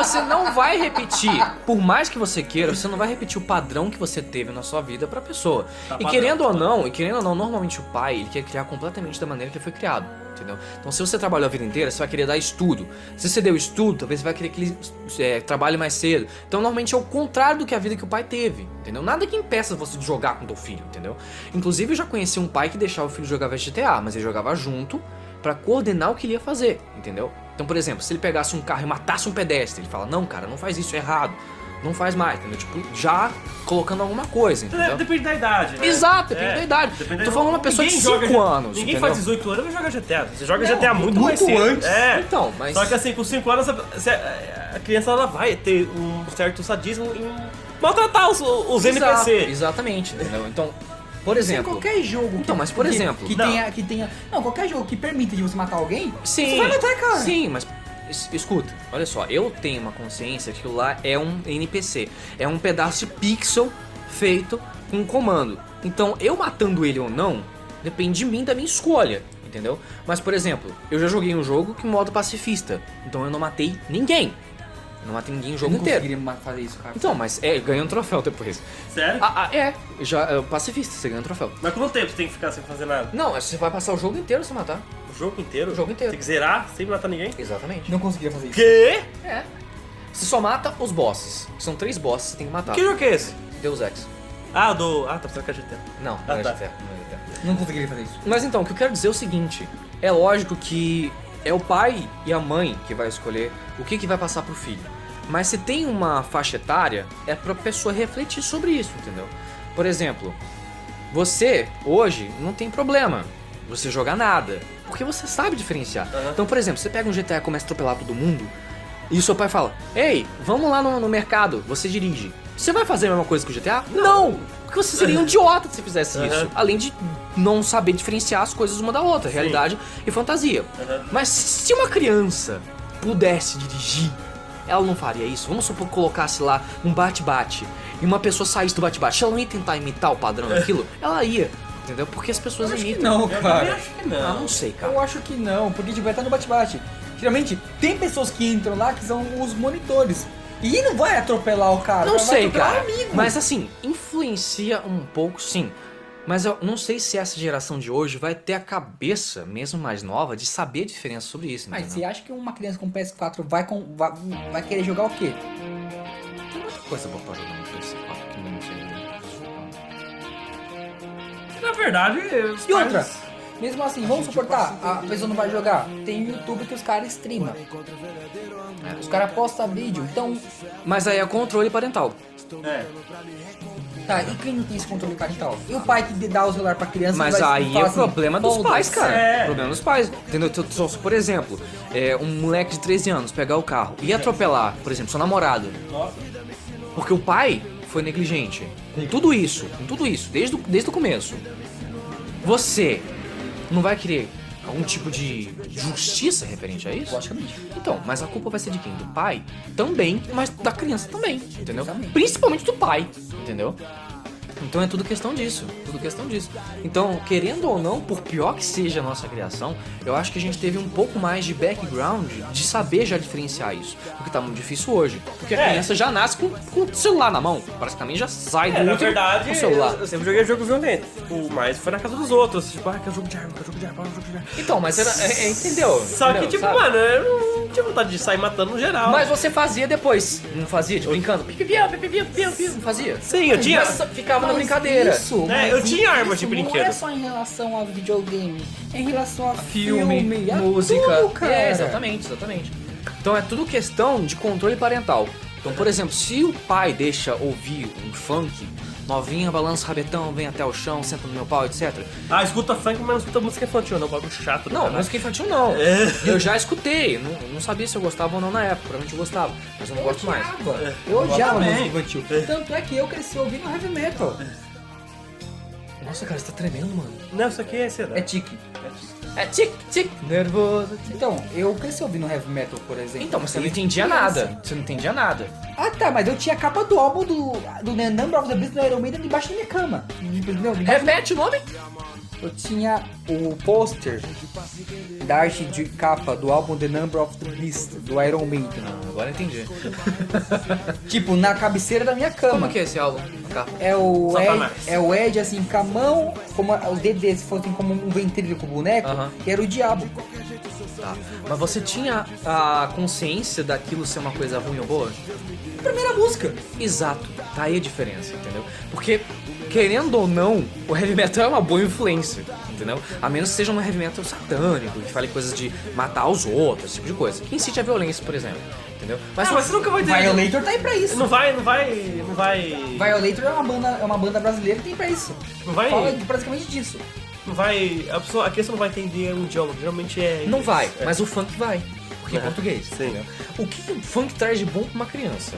Speaker 1: você não vai repetir. Por mais que você queira, você não vai repetir o padrão que você teve na sua vida pra pessoa.
Speaker 3: Tá
Speaker 1: e
Speaker 3: padrão,
Speaker 1: querendo
Speaker 3: tá
Speaker 1: ou não, e querendo ou não, normalmente o pai ele quer criar completamente da maneira que ele foi criado. Entendeu? Então se você trabalhou a vida inteira, você vai querer dar estudo. Se você deu estudo, talvez você vai querer que ele é, trabalhe mais cedo. Então normalmente é o contrário do que a vida que o pai teve, entendeu? Nada que impeça você de jogar com teu filho, entendeu? Inclusive eu já conheci um pai que deixava o filho jogar GTA, mas ele jogava junto pra coordenar o que ele ia fazer, entendeu? Então, por exemplo, se ele pegasse um carro e matasse um pedestre, ele fala, não, cara, não faz isso, é errado. Não faz mais, entendeu? Tipo, já colocando alguma coisa,
Speaker 3: É,
Speaker 1: entendeu?
Speaker 3: depende da idade, né?
Speaker 1: Exato, depende
Speaker 3: É,
Speaker 1: da idade.
Speaker 3: depende
Speaker 1: Tô
Speaker 3: da-
Speaker 1: falando uma pessoa de
Speaker 3: ninguém joga
Speaker 1: 5
Speaker 3: GTA
Speaker 1: anos.
Speaker 3: Ninguém
Speaker 1: entendeu?
Speaker 3: faz 18 anos e vai jogar GTA. Você joga
Speaker 1: Não,
Speaker 3: GTA muito, mais
Speaker 2: muito
Speaker 3: cedo.
Speaker 2: antes.
Speaker 3: É.
Speaker 1: Então, mas.
Speaker 3: Só que assim, com 5 anos, a- se a a criança ela vai ter um certo sadismo em maltratar os, os
Speaker 1: Exato,
Speaker 3: NPC.
Speaker 1: Exatamente, entendeu? Então, por exemplo.
Speaker 2: qualquer jogo.
Speaker 1: Então, mas por
Speaker 2: que,
Speaker 1: exemplo-
Speaker 2: Que
Speaker 3: Não.
Speaker 2: tenha, que tenha. Não, qualquer jogo que permita de você matar alguém,
Speaker 1: Sim.
Speaker 2: você vai matar, cara.
Speaker 1: Sim, mas es- escuta, olha só, eu tenho uma consciência que aquilo lá é um NPC, é um pedaço de pixel feito com um comando. Então, eu matando ele ou não, depende de mim, da minha escolha, entendeu? Mas, por exemplo, eu já joguei um jogo que modo pacifista, então eu não matei ninguém. Não mata ninguém o
Speaker 2: Eu
Speaker 1: jogo
Speaker 2: não
Speaker 1: inteiro.
Speaker 2: conseguiria ma- fazer isso, cara.
Speaker 1: Então, mas é, ganha um troféu depois.
Speaker 3: Sério?
Speaker 1: Ah, ah, é. Já, é pacifista, você ganha um troféu.
Speaker 3: Mas quanto tempo você tem que ficar sem fazer nada?
Speaker 1: Não, é, você vai passar o jogo inteiro sem matar.
Speaker 3: O jogo inteiro?
Speaker 1: O jogo inteiro.
Speaker 3: Tem que zerar sem matar ninguém?
Speaker 1: Exatamente.
Speaker 2: Não conseguiria fazer isso.
Speaker 3: Quê?
Speaker 1: É. Você só mata os bosses. São três bosses que você tem que matar.
Speaker 3: Que jogo que é esse?
Speaker 1: Deus Ex.
Speaker 3: Ah, do. Ah, tá pensando que é GTA.
Speaker 1: Não, não
Speaker 3: Ah,
Speaker 1: é
Speaker 3: tá.
Speaker 1: GTA, não é GTA.
Speaker 2: Não conseguiria fazer isso.
Speaker 1: Mas então, o que eu quero dizer é o seguinte: é lógico que é o pai e a mãe que vai escolher o que, que vai passar pro filho. Mas se tem uma faixa etária, é pra pessoa refletir sobre isso, entendeu? Por exemplo, você hoje não tem problema você jogar nada, porque você sabe diferenciar.
Speaker 3: Aham.
Speaker 1: Então, por exemplo, você pega um GTA e começa a atropelar todo mundo, e o seu pai fala: Ei, vamos lá no, no mercado, você dirige. Você vai fazer a mesma coisa que o GTA? Não! Porque você seria um idiota se fizesse isso.
Speaker 3: Aham.
Speaker 1: Além de não saber diferenciar as coisas uma da outra, realidade e fantasia.
Speaker 3: Aham.
Speaker 1: Mas se uma criança pudesse dirigir, ela não faria isso. Vamos supor que colocasse lá um bate-bate e uma pessoa saísse do bate-bate. Ela não ia tentar imitar o padrão
Speaker 2: (laughs)
Speaker 1: daquilo? Ela ia, entendeu? Porque as pessoas imitam.
Speaker 2: Não,
Speaker 3: Eu
Speaker 2: cara.
Speaker 3: também acho que
Speaker 1: Ah,
Speaker 3: não.
Speaker 1: não sei, cara.
Speaker 2: Eu acho que não, porque tipo, vai estar no bate-bate. Geralmente, tem pessoas que entram lá que são os monitores. E não vai atropelar o cara.
Speaker 1: Não
Speaker 2: vai
Speaker 1: sei,
Speaker 2: atropelar
Speaker 1: cara.
Speaker 2: o um Amigo.
Speaker 1: Mas assim, influencia um pouco sim. Mas eu não sei se essa geração de hoje vai ter a cabeça, mesmo mais nova, de saber a diferença sobre isso.
Speaker 2: Mas você
Speaker 1: entendeu?
Speaker 2: acha que uma criança com PS4 vai, com, vai, vai querer jogar o quê?
Speaker 1: coisa boa pra jogar no PS4 que não né? tinha.
Speaker 3: Na verdade, os
Speaker 2: E outra,
Speaker 3: pais-
Speaker 2: mesmo assim, vamos suportar, a pessoa não vai jogar. Tem YouTube que os caras streamam. Os caras postam vídeo, então.
Speaker 1: Mas aí é controle parental.
Speaker 3: É.
Speaker 2: Tá, e quem não tem esse controle parental? E o pai que dá o celular pra criança
Speaker 1: Mas
Speaker 2: vai
Speaker 1: aí
Speaker 2: fala
Speaker 1: é o
Speaker 2: assim,
Speaker 1: problema dos
Speaker 2: "Foda-se".
Speaker 1: pais, cara.
Speaker 3: É.
Speaker 1: Problema dos pais. Entendeu? Então, só se, Por exemplo, é, um moleque de 13 anos pegar o carro e atropelar, por exemplo, seu namorado.
Speaker 3: Nossa.
Speaker 1: Porque o pai foi negligente. Com tudo isso, com tudo isso, desde o, desde o começo. Você não vai querer algum tipo de justiça referente a isso?
Speaker 2: Logicamente.
Speaker 1: Então, mas a culpa vai ser de quem? Do pai? Também, mas da criança também, entendeu?
Speaker 2: Exatamente.
Speaker 1: Principalmente do pai, entendeu? Então é tudo questão disso, tudo questão disso. Então, querendo ou não, por pior que seja a nossa criação, eu acho que a gente teve um pouco mais de background de saber já diferenciar isso, o que tá muito difícil hoje. Porque a
Speaker 3: É.
Speaker 1: criança já nasce com, com o celular na mão, praticamente já sai
Speaker 3: É,
Speaker 1: do
Speaker 3: na
Speaker 1: útero
Speaker 3: verdade,
Speaker 1: com o celular.
Speaker 3: eu, eu sempre joguei jogo violento. Tipo, mas foi na casa dos outros. Tipo, ah, que é jogo de arma, que é jogo de arma, que é jogo de arma.
Speaker 1: Então, mas era, é- é, entendeu?
Speaker 3: Só que,
Speaker 1: Entendeu,
Speaker 3: tipo,
Speaker 1: sabe?
Speaker 3: mano, eu não tinha vontade de sair matando no geral.
Speaker 1: Mas você fazia depois, não fazia? Tipo, brincando. Pi, pi, pi, pi, pi, pi, pi, Não fazia?
Speaker 3: Sim, eu tinha.
Speaker 1: Mas ficava na
Speaker 2: Mas
Speaker 1: brincadeira.
Speaker 2: Isso,
Speaker 3: É,
Speaker 2: mas
Speaker 3: eu tinha arma de
Speaker 2: isso
Speaker 3: brinquedo.
Speaker 2: Não é só em relação ao videogame, é em relação a
Speaker 1: Filme, é
Speaker 2: filme, a
Speaker 1: música.
Speaker 2: tudo, cara.
Speaker 1: É, exatamente, exatamente. Então é tudo questão de controle parental. Então, por exemplo, se o pai deixa ouvir um funk, novinha, balança o rabetão, vem até o chão, senta no meu pau, etc.
Speaker 3: Ah, escuta funk, mas não escuta música infantil, não. Bagulho chato,
Speaker 1: Não,
Speaker 3: cara.
Speaker 1: música infantil não.
Speaker 3: É.
Speaker 1: Eu já escutei, não, não sabia se eu gostava ou não na época, provavelmente eu gostava, mas eu não gosto mais.
Speaker 2: Odiava. Eu odiava
Speaker 3: também.
Speaker 2: música infantil. Tanto é que eu cresci ouvindo heavy metal.
Speaker 1: Nossa, cara, você tá tremendo, mano.
Speaker 3: Não, isso aqui é cedo.
Speaker 2: É tique.
Speaker 1: É tic, tic, nervoso.
Speaker 2: Então, eu cresci ouvindo heavy metal, por exemplo.
Speaker 1: Então, mas você não
Speaker 2: Desde
Speaker 1: entendia
Speaker 2: criança.
Speaker 1: nada. Você não entendia nada.
Speaker 2: Ah tá, mas eu tinha a capa do álbum do, do Number of the Beast do Iron Maiden debaixo da minha cama. Entendeu?
Speaker 3: É.
Speaker 1: Repete o nome?
Speaker 2: Eu tinha o pôster da arte de capa do álbum The Number of the Beast do Iron Maiden.
Speaker 1: Agora entendi.
Speaker 2: Tipo, na cabeceira da minha cama.
Speaker 1: Como que é esse álbum? Capa.
Speaker 2: É o,
Speaker 3: Satanás.
Speaker 2: Ed, é o Ed, assim, com a mão, como a- os dedos deles fossem como um ventríloco boneco,
Speaker 1: Aham.
Speaker 2: que era o diabo.
Speaker 1: Tá. Mas você tinha a consciência daquilo ser uma coisa ruim ou boa?
Speaker 2: Primeira música.
Speaker 1: Exato. Tá aí a diferença, entendeu? Porque, querendo ou não, o heavy metal é uma boa influência, entendeu? A menos que seja um heavy metal satânico, que fale coisas de matar os outros, esse tipo de coisa. Que incite a violência, por exemplo, entendeu?
Speaker 3: Mas,
Speaker 1: Mas,
Speaker 3: Ah, mas você nunca vai ter.
Speaker 2: Violator tá aí pra isso.
Speaker 3: Não vai, não vai, não vai.
Speaker 2: Violator é uma banda, é uma banda brasileira que tem pra isso.
Speaker 3: Não vai-
Speaker 2: Fala praticamente disso.
Speaker 3: Não vai. A, pessoa, a criança não vai entender um idioma, geralmente é.
Speaker 1: não
Speaker 3: inglês.
Speaker 1: vai,
Speaker 3: É. Né?
Speaker 1: mas o funk vai. Porque é português.
Speaker 3: Sim.
Speaker 1: O que o funk traz de bom pra uma criança?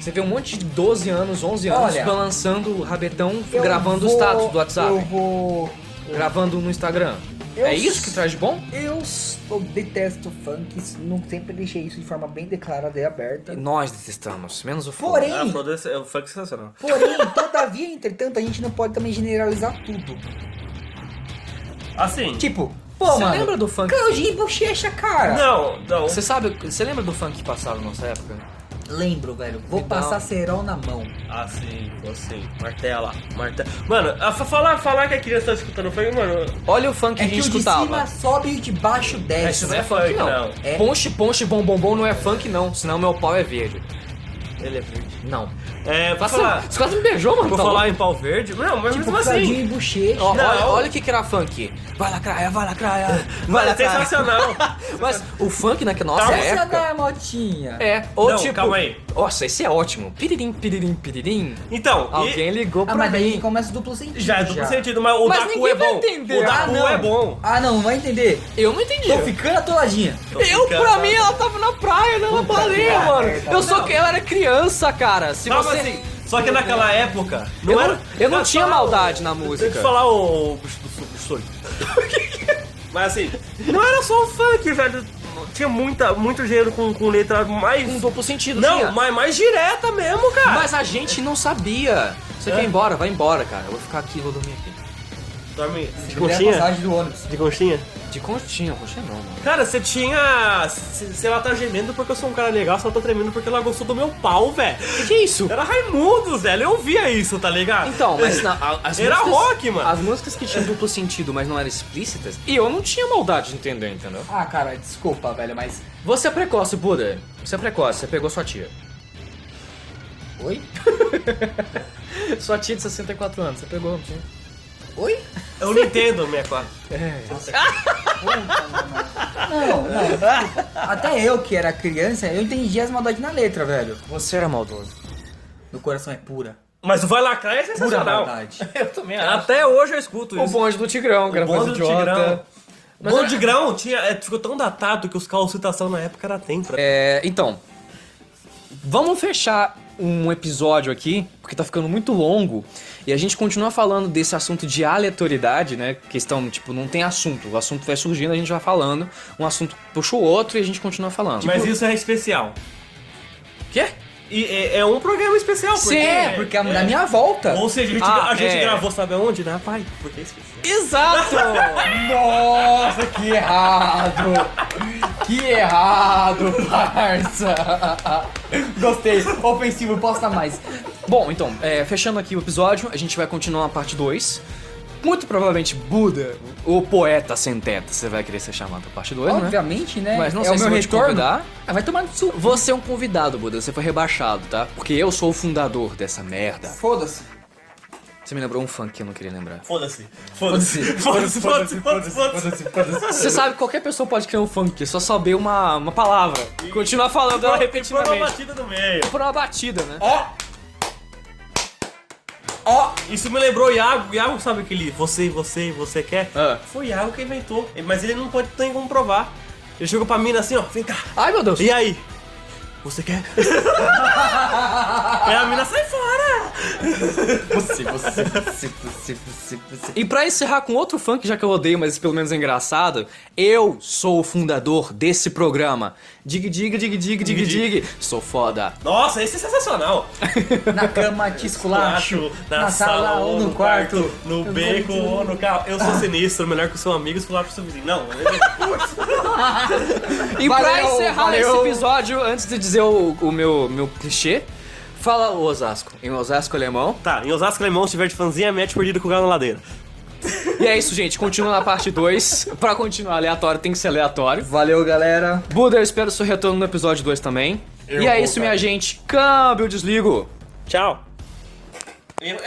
Speaker 1: Você vê um monte de 12 anos, 11 anos
Speaker 2: Olha,
Speaker 1: balançando o rabetão,
Speaker 2: Eu
Speaker 1: gravando o
Speaker 2: vou-
Speaker 1: status do WhatsApp.
Speaker 2: Eu vou...
Speaker 1: gravando no Instagram.
Speaker 2: Eu
Speaker 1: é isso que traz de bom?
Speaker 2: Eu, s- eu detesto funk, s- não sempre deixei isso de forma bem declarada e aberta.
Speaker 1: Nós detestamos, menos o fogo.
Speaker 2: Porém,
Speaker 3: Ah, foda-se, é um funk sensacional.
Speaker 2: (laughs) porém, todavia, entretanto, a gente não pode também generalizar tudo.
Speaker 3: Assim.
Speaker 2: Tipo, Pô,
Speaker 1: Você
Speaker 2: mano.
Speaker 1: lembra do funk?
Speaker 2: Canji e bochecha, cara.
Speaker 3: Não, não.
Speaker 1: Você sabe, você lembra do funk que passava na nossa época?
Speaker 2: Lembro, velho. Vou
Speaker 1: Não.
Speaker 2: passar cerol na mão.
Speaker 3: Ah, sim, gostei. Martela, martela. Mano, a- fa- falar, falar que a criança tá escutando foi, mano.
Speaker 1: Olha o funk
Speaker 2: É
Speaker 1: que
Speaker 2: que
Speaker 1: a
Speaker 2: o
Speaker 1: gente
Speaker 2: de
Speaker 1: escutava.
Speaker 2: cima sobe e o de baixo desce.
Speaker 3: Isso não é funk, não.
Speaker 2: É.
Speaker 1: Ponche, ponche, bom, bom, bom não é funk, não. Senão meu pau é verde.
Speaker 3: Ele é verde.
Speaker 1: Não.
Speaker 3: É, vou
Speaker 1: Nossa,
Speaker 3: falar.
Speaker 1: você quase me beijou, mano.
Speaker 3: Vou
Speaker 1: tá
Speaker 3: falar
Speaker 1: louco?
Speaker 3: em pau verde? Não, mas
Speaker 2: Tipo,
Speaker 3: mesmo
Speaker 2: canji
Speaker 3: assim.
Speaker 2: e bochecha.
Speaker 1: Ó,
Speaker 3: Não.
Speaker 1: olha, olha o que, que era funk. Vai lacraia, vai lacraia, vai
Speaker 3: Mano, é
Speaker 1: lacraia. (laughs)
Speaker 3: sensacional.
Speaker 1: Mas o funk naquela nossa
Speaker 3: Calma.
Speaker 2: Essa
Speaker 1: época...
Speaker 2: da motinha. Ah,
Speaker 1: É, ou
Speaker 3: Não,
Speaker 1: tipo...
Speaker 3: calma aí.
Speaker 1: Nossa, esse é ótimo. Piririm, piririm, piririm.
Speaker 3: Então, e-
Speaker 1: Alguém ligou pra
Speaker 2: Ah, mas daí
Speaker 1: mim.
Speaker 2: começa o duplo sentido.
Speaker 3: já é duplo sentido, mas o
Speaker 1: Mas
Speaker 3: da cu
Speaker 1: ninguém
Speaker 3: é
Speaker 1: vai
Speaker 3: bom.
Speaker 1: entender.
Speaker 3: O da
Speaker 1: Ah,
Speaker 3: cu
Speaker 1: não.
Speaker 3: é bom.
Speaker 2: Ah, não, vai entender.
Speaker 1: Eu não entendi.
Speaker 2: Tô ficando atoladinha.
Speaker 3: Tô
Speaker 1: Eu,
Speaker 3: ficando- tá.
Speaker 1: pra mim, ela tava na praia, né, na baleia,
Speaker 2: merda,
Speaker 1: mano.
Speaker 2: cara.
Speaker 1: Eu só que eu era criança, cara. Se
Speaker 3: Não, mas
Speaker 1: você.
Speaker 3: assim, só que naquela época, não
Speaker 1: Tipo eu não,
Speaker 3: era.
Speaker 1: eu não
Speaker 3: era
Speaker 1: tinha
Speaker 3: só-
Speaker 1: maldade na
Speaker 3: Deixa
Speaker 1: música.
Speaker 3: eu falar o, o bicho do sul, bicho do sul. (laughs) Mas assim, não era só o funk, velho. Tinha muita, muito gênero com, com letra mais.
Speaker 1: Um duplo sentido, tinha.
Speaker 3: Não, mas mais direta mesmo, cara.
Speaker 1: Mas a gente não sabia. Você
Speaker 3: É.
Speaker 1: quer ir embora? Vai embora, cara. Eu vou ficar aqui, vou dormir aqui.
Speaker 3: Dorme de
Speaker 2: Primeira
Speaker 3: conchinha?
Speaker 2: passagem do ônibus.
Speaker 3: De conchinha?
Speaker 1: De conchinha, conchinha não, mano.
Speaker 3: Cara, você tinha. c- c- Ela tá gemendo porque eu sou um cara legal, se ela tá tremendo porque ela gostou do meu pau, velho.
Speaker 1: Que isso?
Speaker 3: Era Raimundos, velho. Eu ouvia isso, tá ligado?
Speaker 1: Então, mas na- a- as
Speaker 3: Era
Speaker 1: músicas,
Speaker 3: rock, mano.
Speaker 1: As músicas que tinham duplo sentido, mas não eram explícitas, e eu não tinha maldade de entender, entendeu?
Speaker 2: Ah, cara, desculpa, velho, mas.
Speaker 1: Você é precoce, Buda. Você é precoce, você pegou sua tia.
Speaker 2: Oi?
Speaker 1: (laughs) Sua tia de 64 anos, você pegou, não tinha?
Speaker 2: Oi?
Speaker 3: Eu não entendo, minha cara.
Speaker 2: Não, não. desculpa. Até eu que era criança, eu entendi as maldades na letra, velho.
Speaker 1: Você era maldoso.
Speaker 2: Meu coração é pura.
Speaker 3: Mas o Vai Lacrar é
Speaker 2: Pura
Speaker 3: sensacional.
Speaker 2: maldade.
Speaker 1: Eu também
Speaker 3: Até hoje eu escuto
Speaker 1: O
Speaker 3: isso.
Speaker 1: bonde do Tigrão, que era mais
Speaker 3: bonde do Tigrão.
Speaker 1: idiota.
Speaker 3: O
Speaker 1: Mas
Speaker 3: Bom
Speaker 1: era-
Speaker 3: de grão tinha, é, ficou tão datado que os calcitação na época era tempra.
Speaker 1: É, então, vamos fechar um episódio aqui, porque tá ficando muito longo, e a gente continua falando desse assunto de aleatoriedade, né? Questão, tipo, não tem assunto, o assunto vai surgindo, a gente vai falando, um assunto puxa o outro e a gente continua falando. Tipo,
Speaker 3: Mas isso é especial.
Speaker 1: Quê?
Speaker 3: E é, é um programa especial, porque...
Speaker 1: Sim,
Speaker 2: É, porque a- na minha volta.
Speaker 3: Ou seja, a gente,
Speaker 1: Ah,
Speaker 3: a gente
Speaker 1: é.
Speaker 3: gravou sabe aonde? Na Pai, porque é especial.
Speaker 1: Exato!
Speaker 2: (laughs) Nossa, que errado! Que errado, (laughs) parça! Gostei, ofensivo, posta mais.
Speaker 1: Bom, então, é, fechando aqui o episódio, a gente vai continuar a parte 2. Muito provavelmente Buda, o poeta sem teto, você vai querer ser chamado pra parte 2, né?
Speaker 2: Obviamente, né?
Speaker 1: Mas não
Speaker 2: é
Speaker 1: sei
Speaker 2: o
Speaker 1: se
Speaker 2: meu
Speaker 1: vou te
Speaker 2: retorno.
Speaker 1: convidar.
Speaker 2: Ah, vai tomar no sul.
Speaker 1: Você é um convidado, Buda. Você foi rebaixado, tá? Porque eu sou o fundador dessa merda.
Speaker 2: Foda-se.
Speaker 1: Você me lembrou um funk que eu não queria lembrar.
Speaker 3: Foda-se. (laughs) Foda-se. Foda-se, foda-se, foda-se, foda-se.
Speaker 1: Você sabe, qualquer pessoa pode criar um funk, é só saber uma, uma palavra. E continuar falando ela
Speaker 3: Foi uma
Speaker 1: repetidamente.
Speaker 3: batida no meio.
Speaker 1: Por uma batida, né?
Speaker 2: Ó! Ó!
Speaker 3: Isso me lembrou o Iago. O Iago sabe aquele você, você, você quer?
Speaker 1: Ah.
Speaker 3: Foi o Iago que inventou. Mas ele não pode tem como provar. Ele chegou pra mina assim, ó, vem cá.
Speaker 1: Ai, meu Deus.
Speaker 3: E aí? Você quer? (laughs) é a mina sai fora!
Speaker 2: Você, você, você, você, você, você.
Speaker 1: E pra encerrar com outro funk, já que eu odeio, mas pelo menos é engraçado, eu sou o fundador desse programa. Dig, dig, dig, dig, dig,
Speaker 3: Dig.
Speaker 1: dig. Sou foda.
Speaker 3: Nossa, esse é sensacional!
Speaker 2: Na cama te esculacho, na, sala, ou no quarto,
Speaker 3: no
Speaker 2: Eu
Speaker 3: beco
Speaker 2: vou-
Speaker 3: ou no carro. Eu sou sinistro, melhor que o seu amigo, esculacho o seu vizinho. Não,
Speaker 1: E pra
Speaker 2: Valeu,
Speaker 1: encerrar
Speaker 2: valeu.
Speaker 1: esse episódio, antes de dizer o, o meu, meu clichê, fala o Osasco. Em Osasco é alemão.
Speaker 3: tá, em Osasco Lemão, se tiver de fanzinha, mete perdido com o galo na ladeira.
Speaker 1: E é isso, gente. Continua na parte 2. Pra continuar aleatório, tem que ser aleatório.
Speaker 2: Valeu, galera.
Speaker 1: Buda, eu espero seu retorno no episódio 2 também. e é isso, minha gente. Câmbio, desligo.
Speaker 3: Tchau! Eu-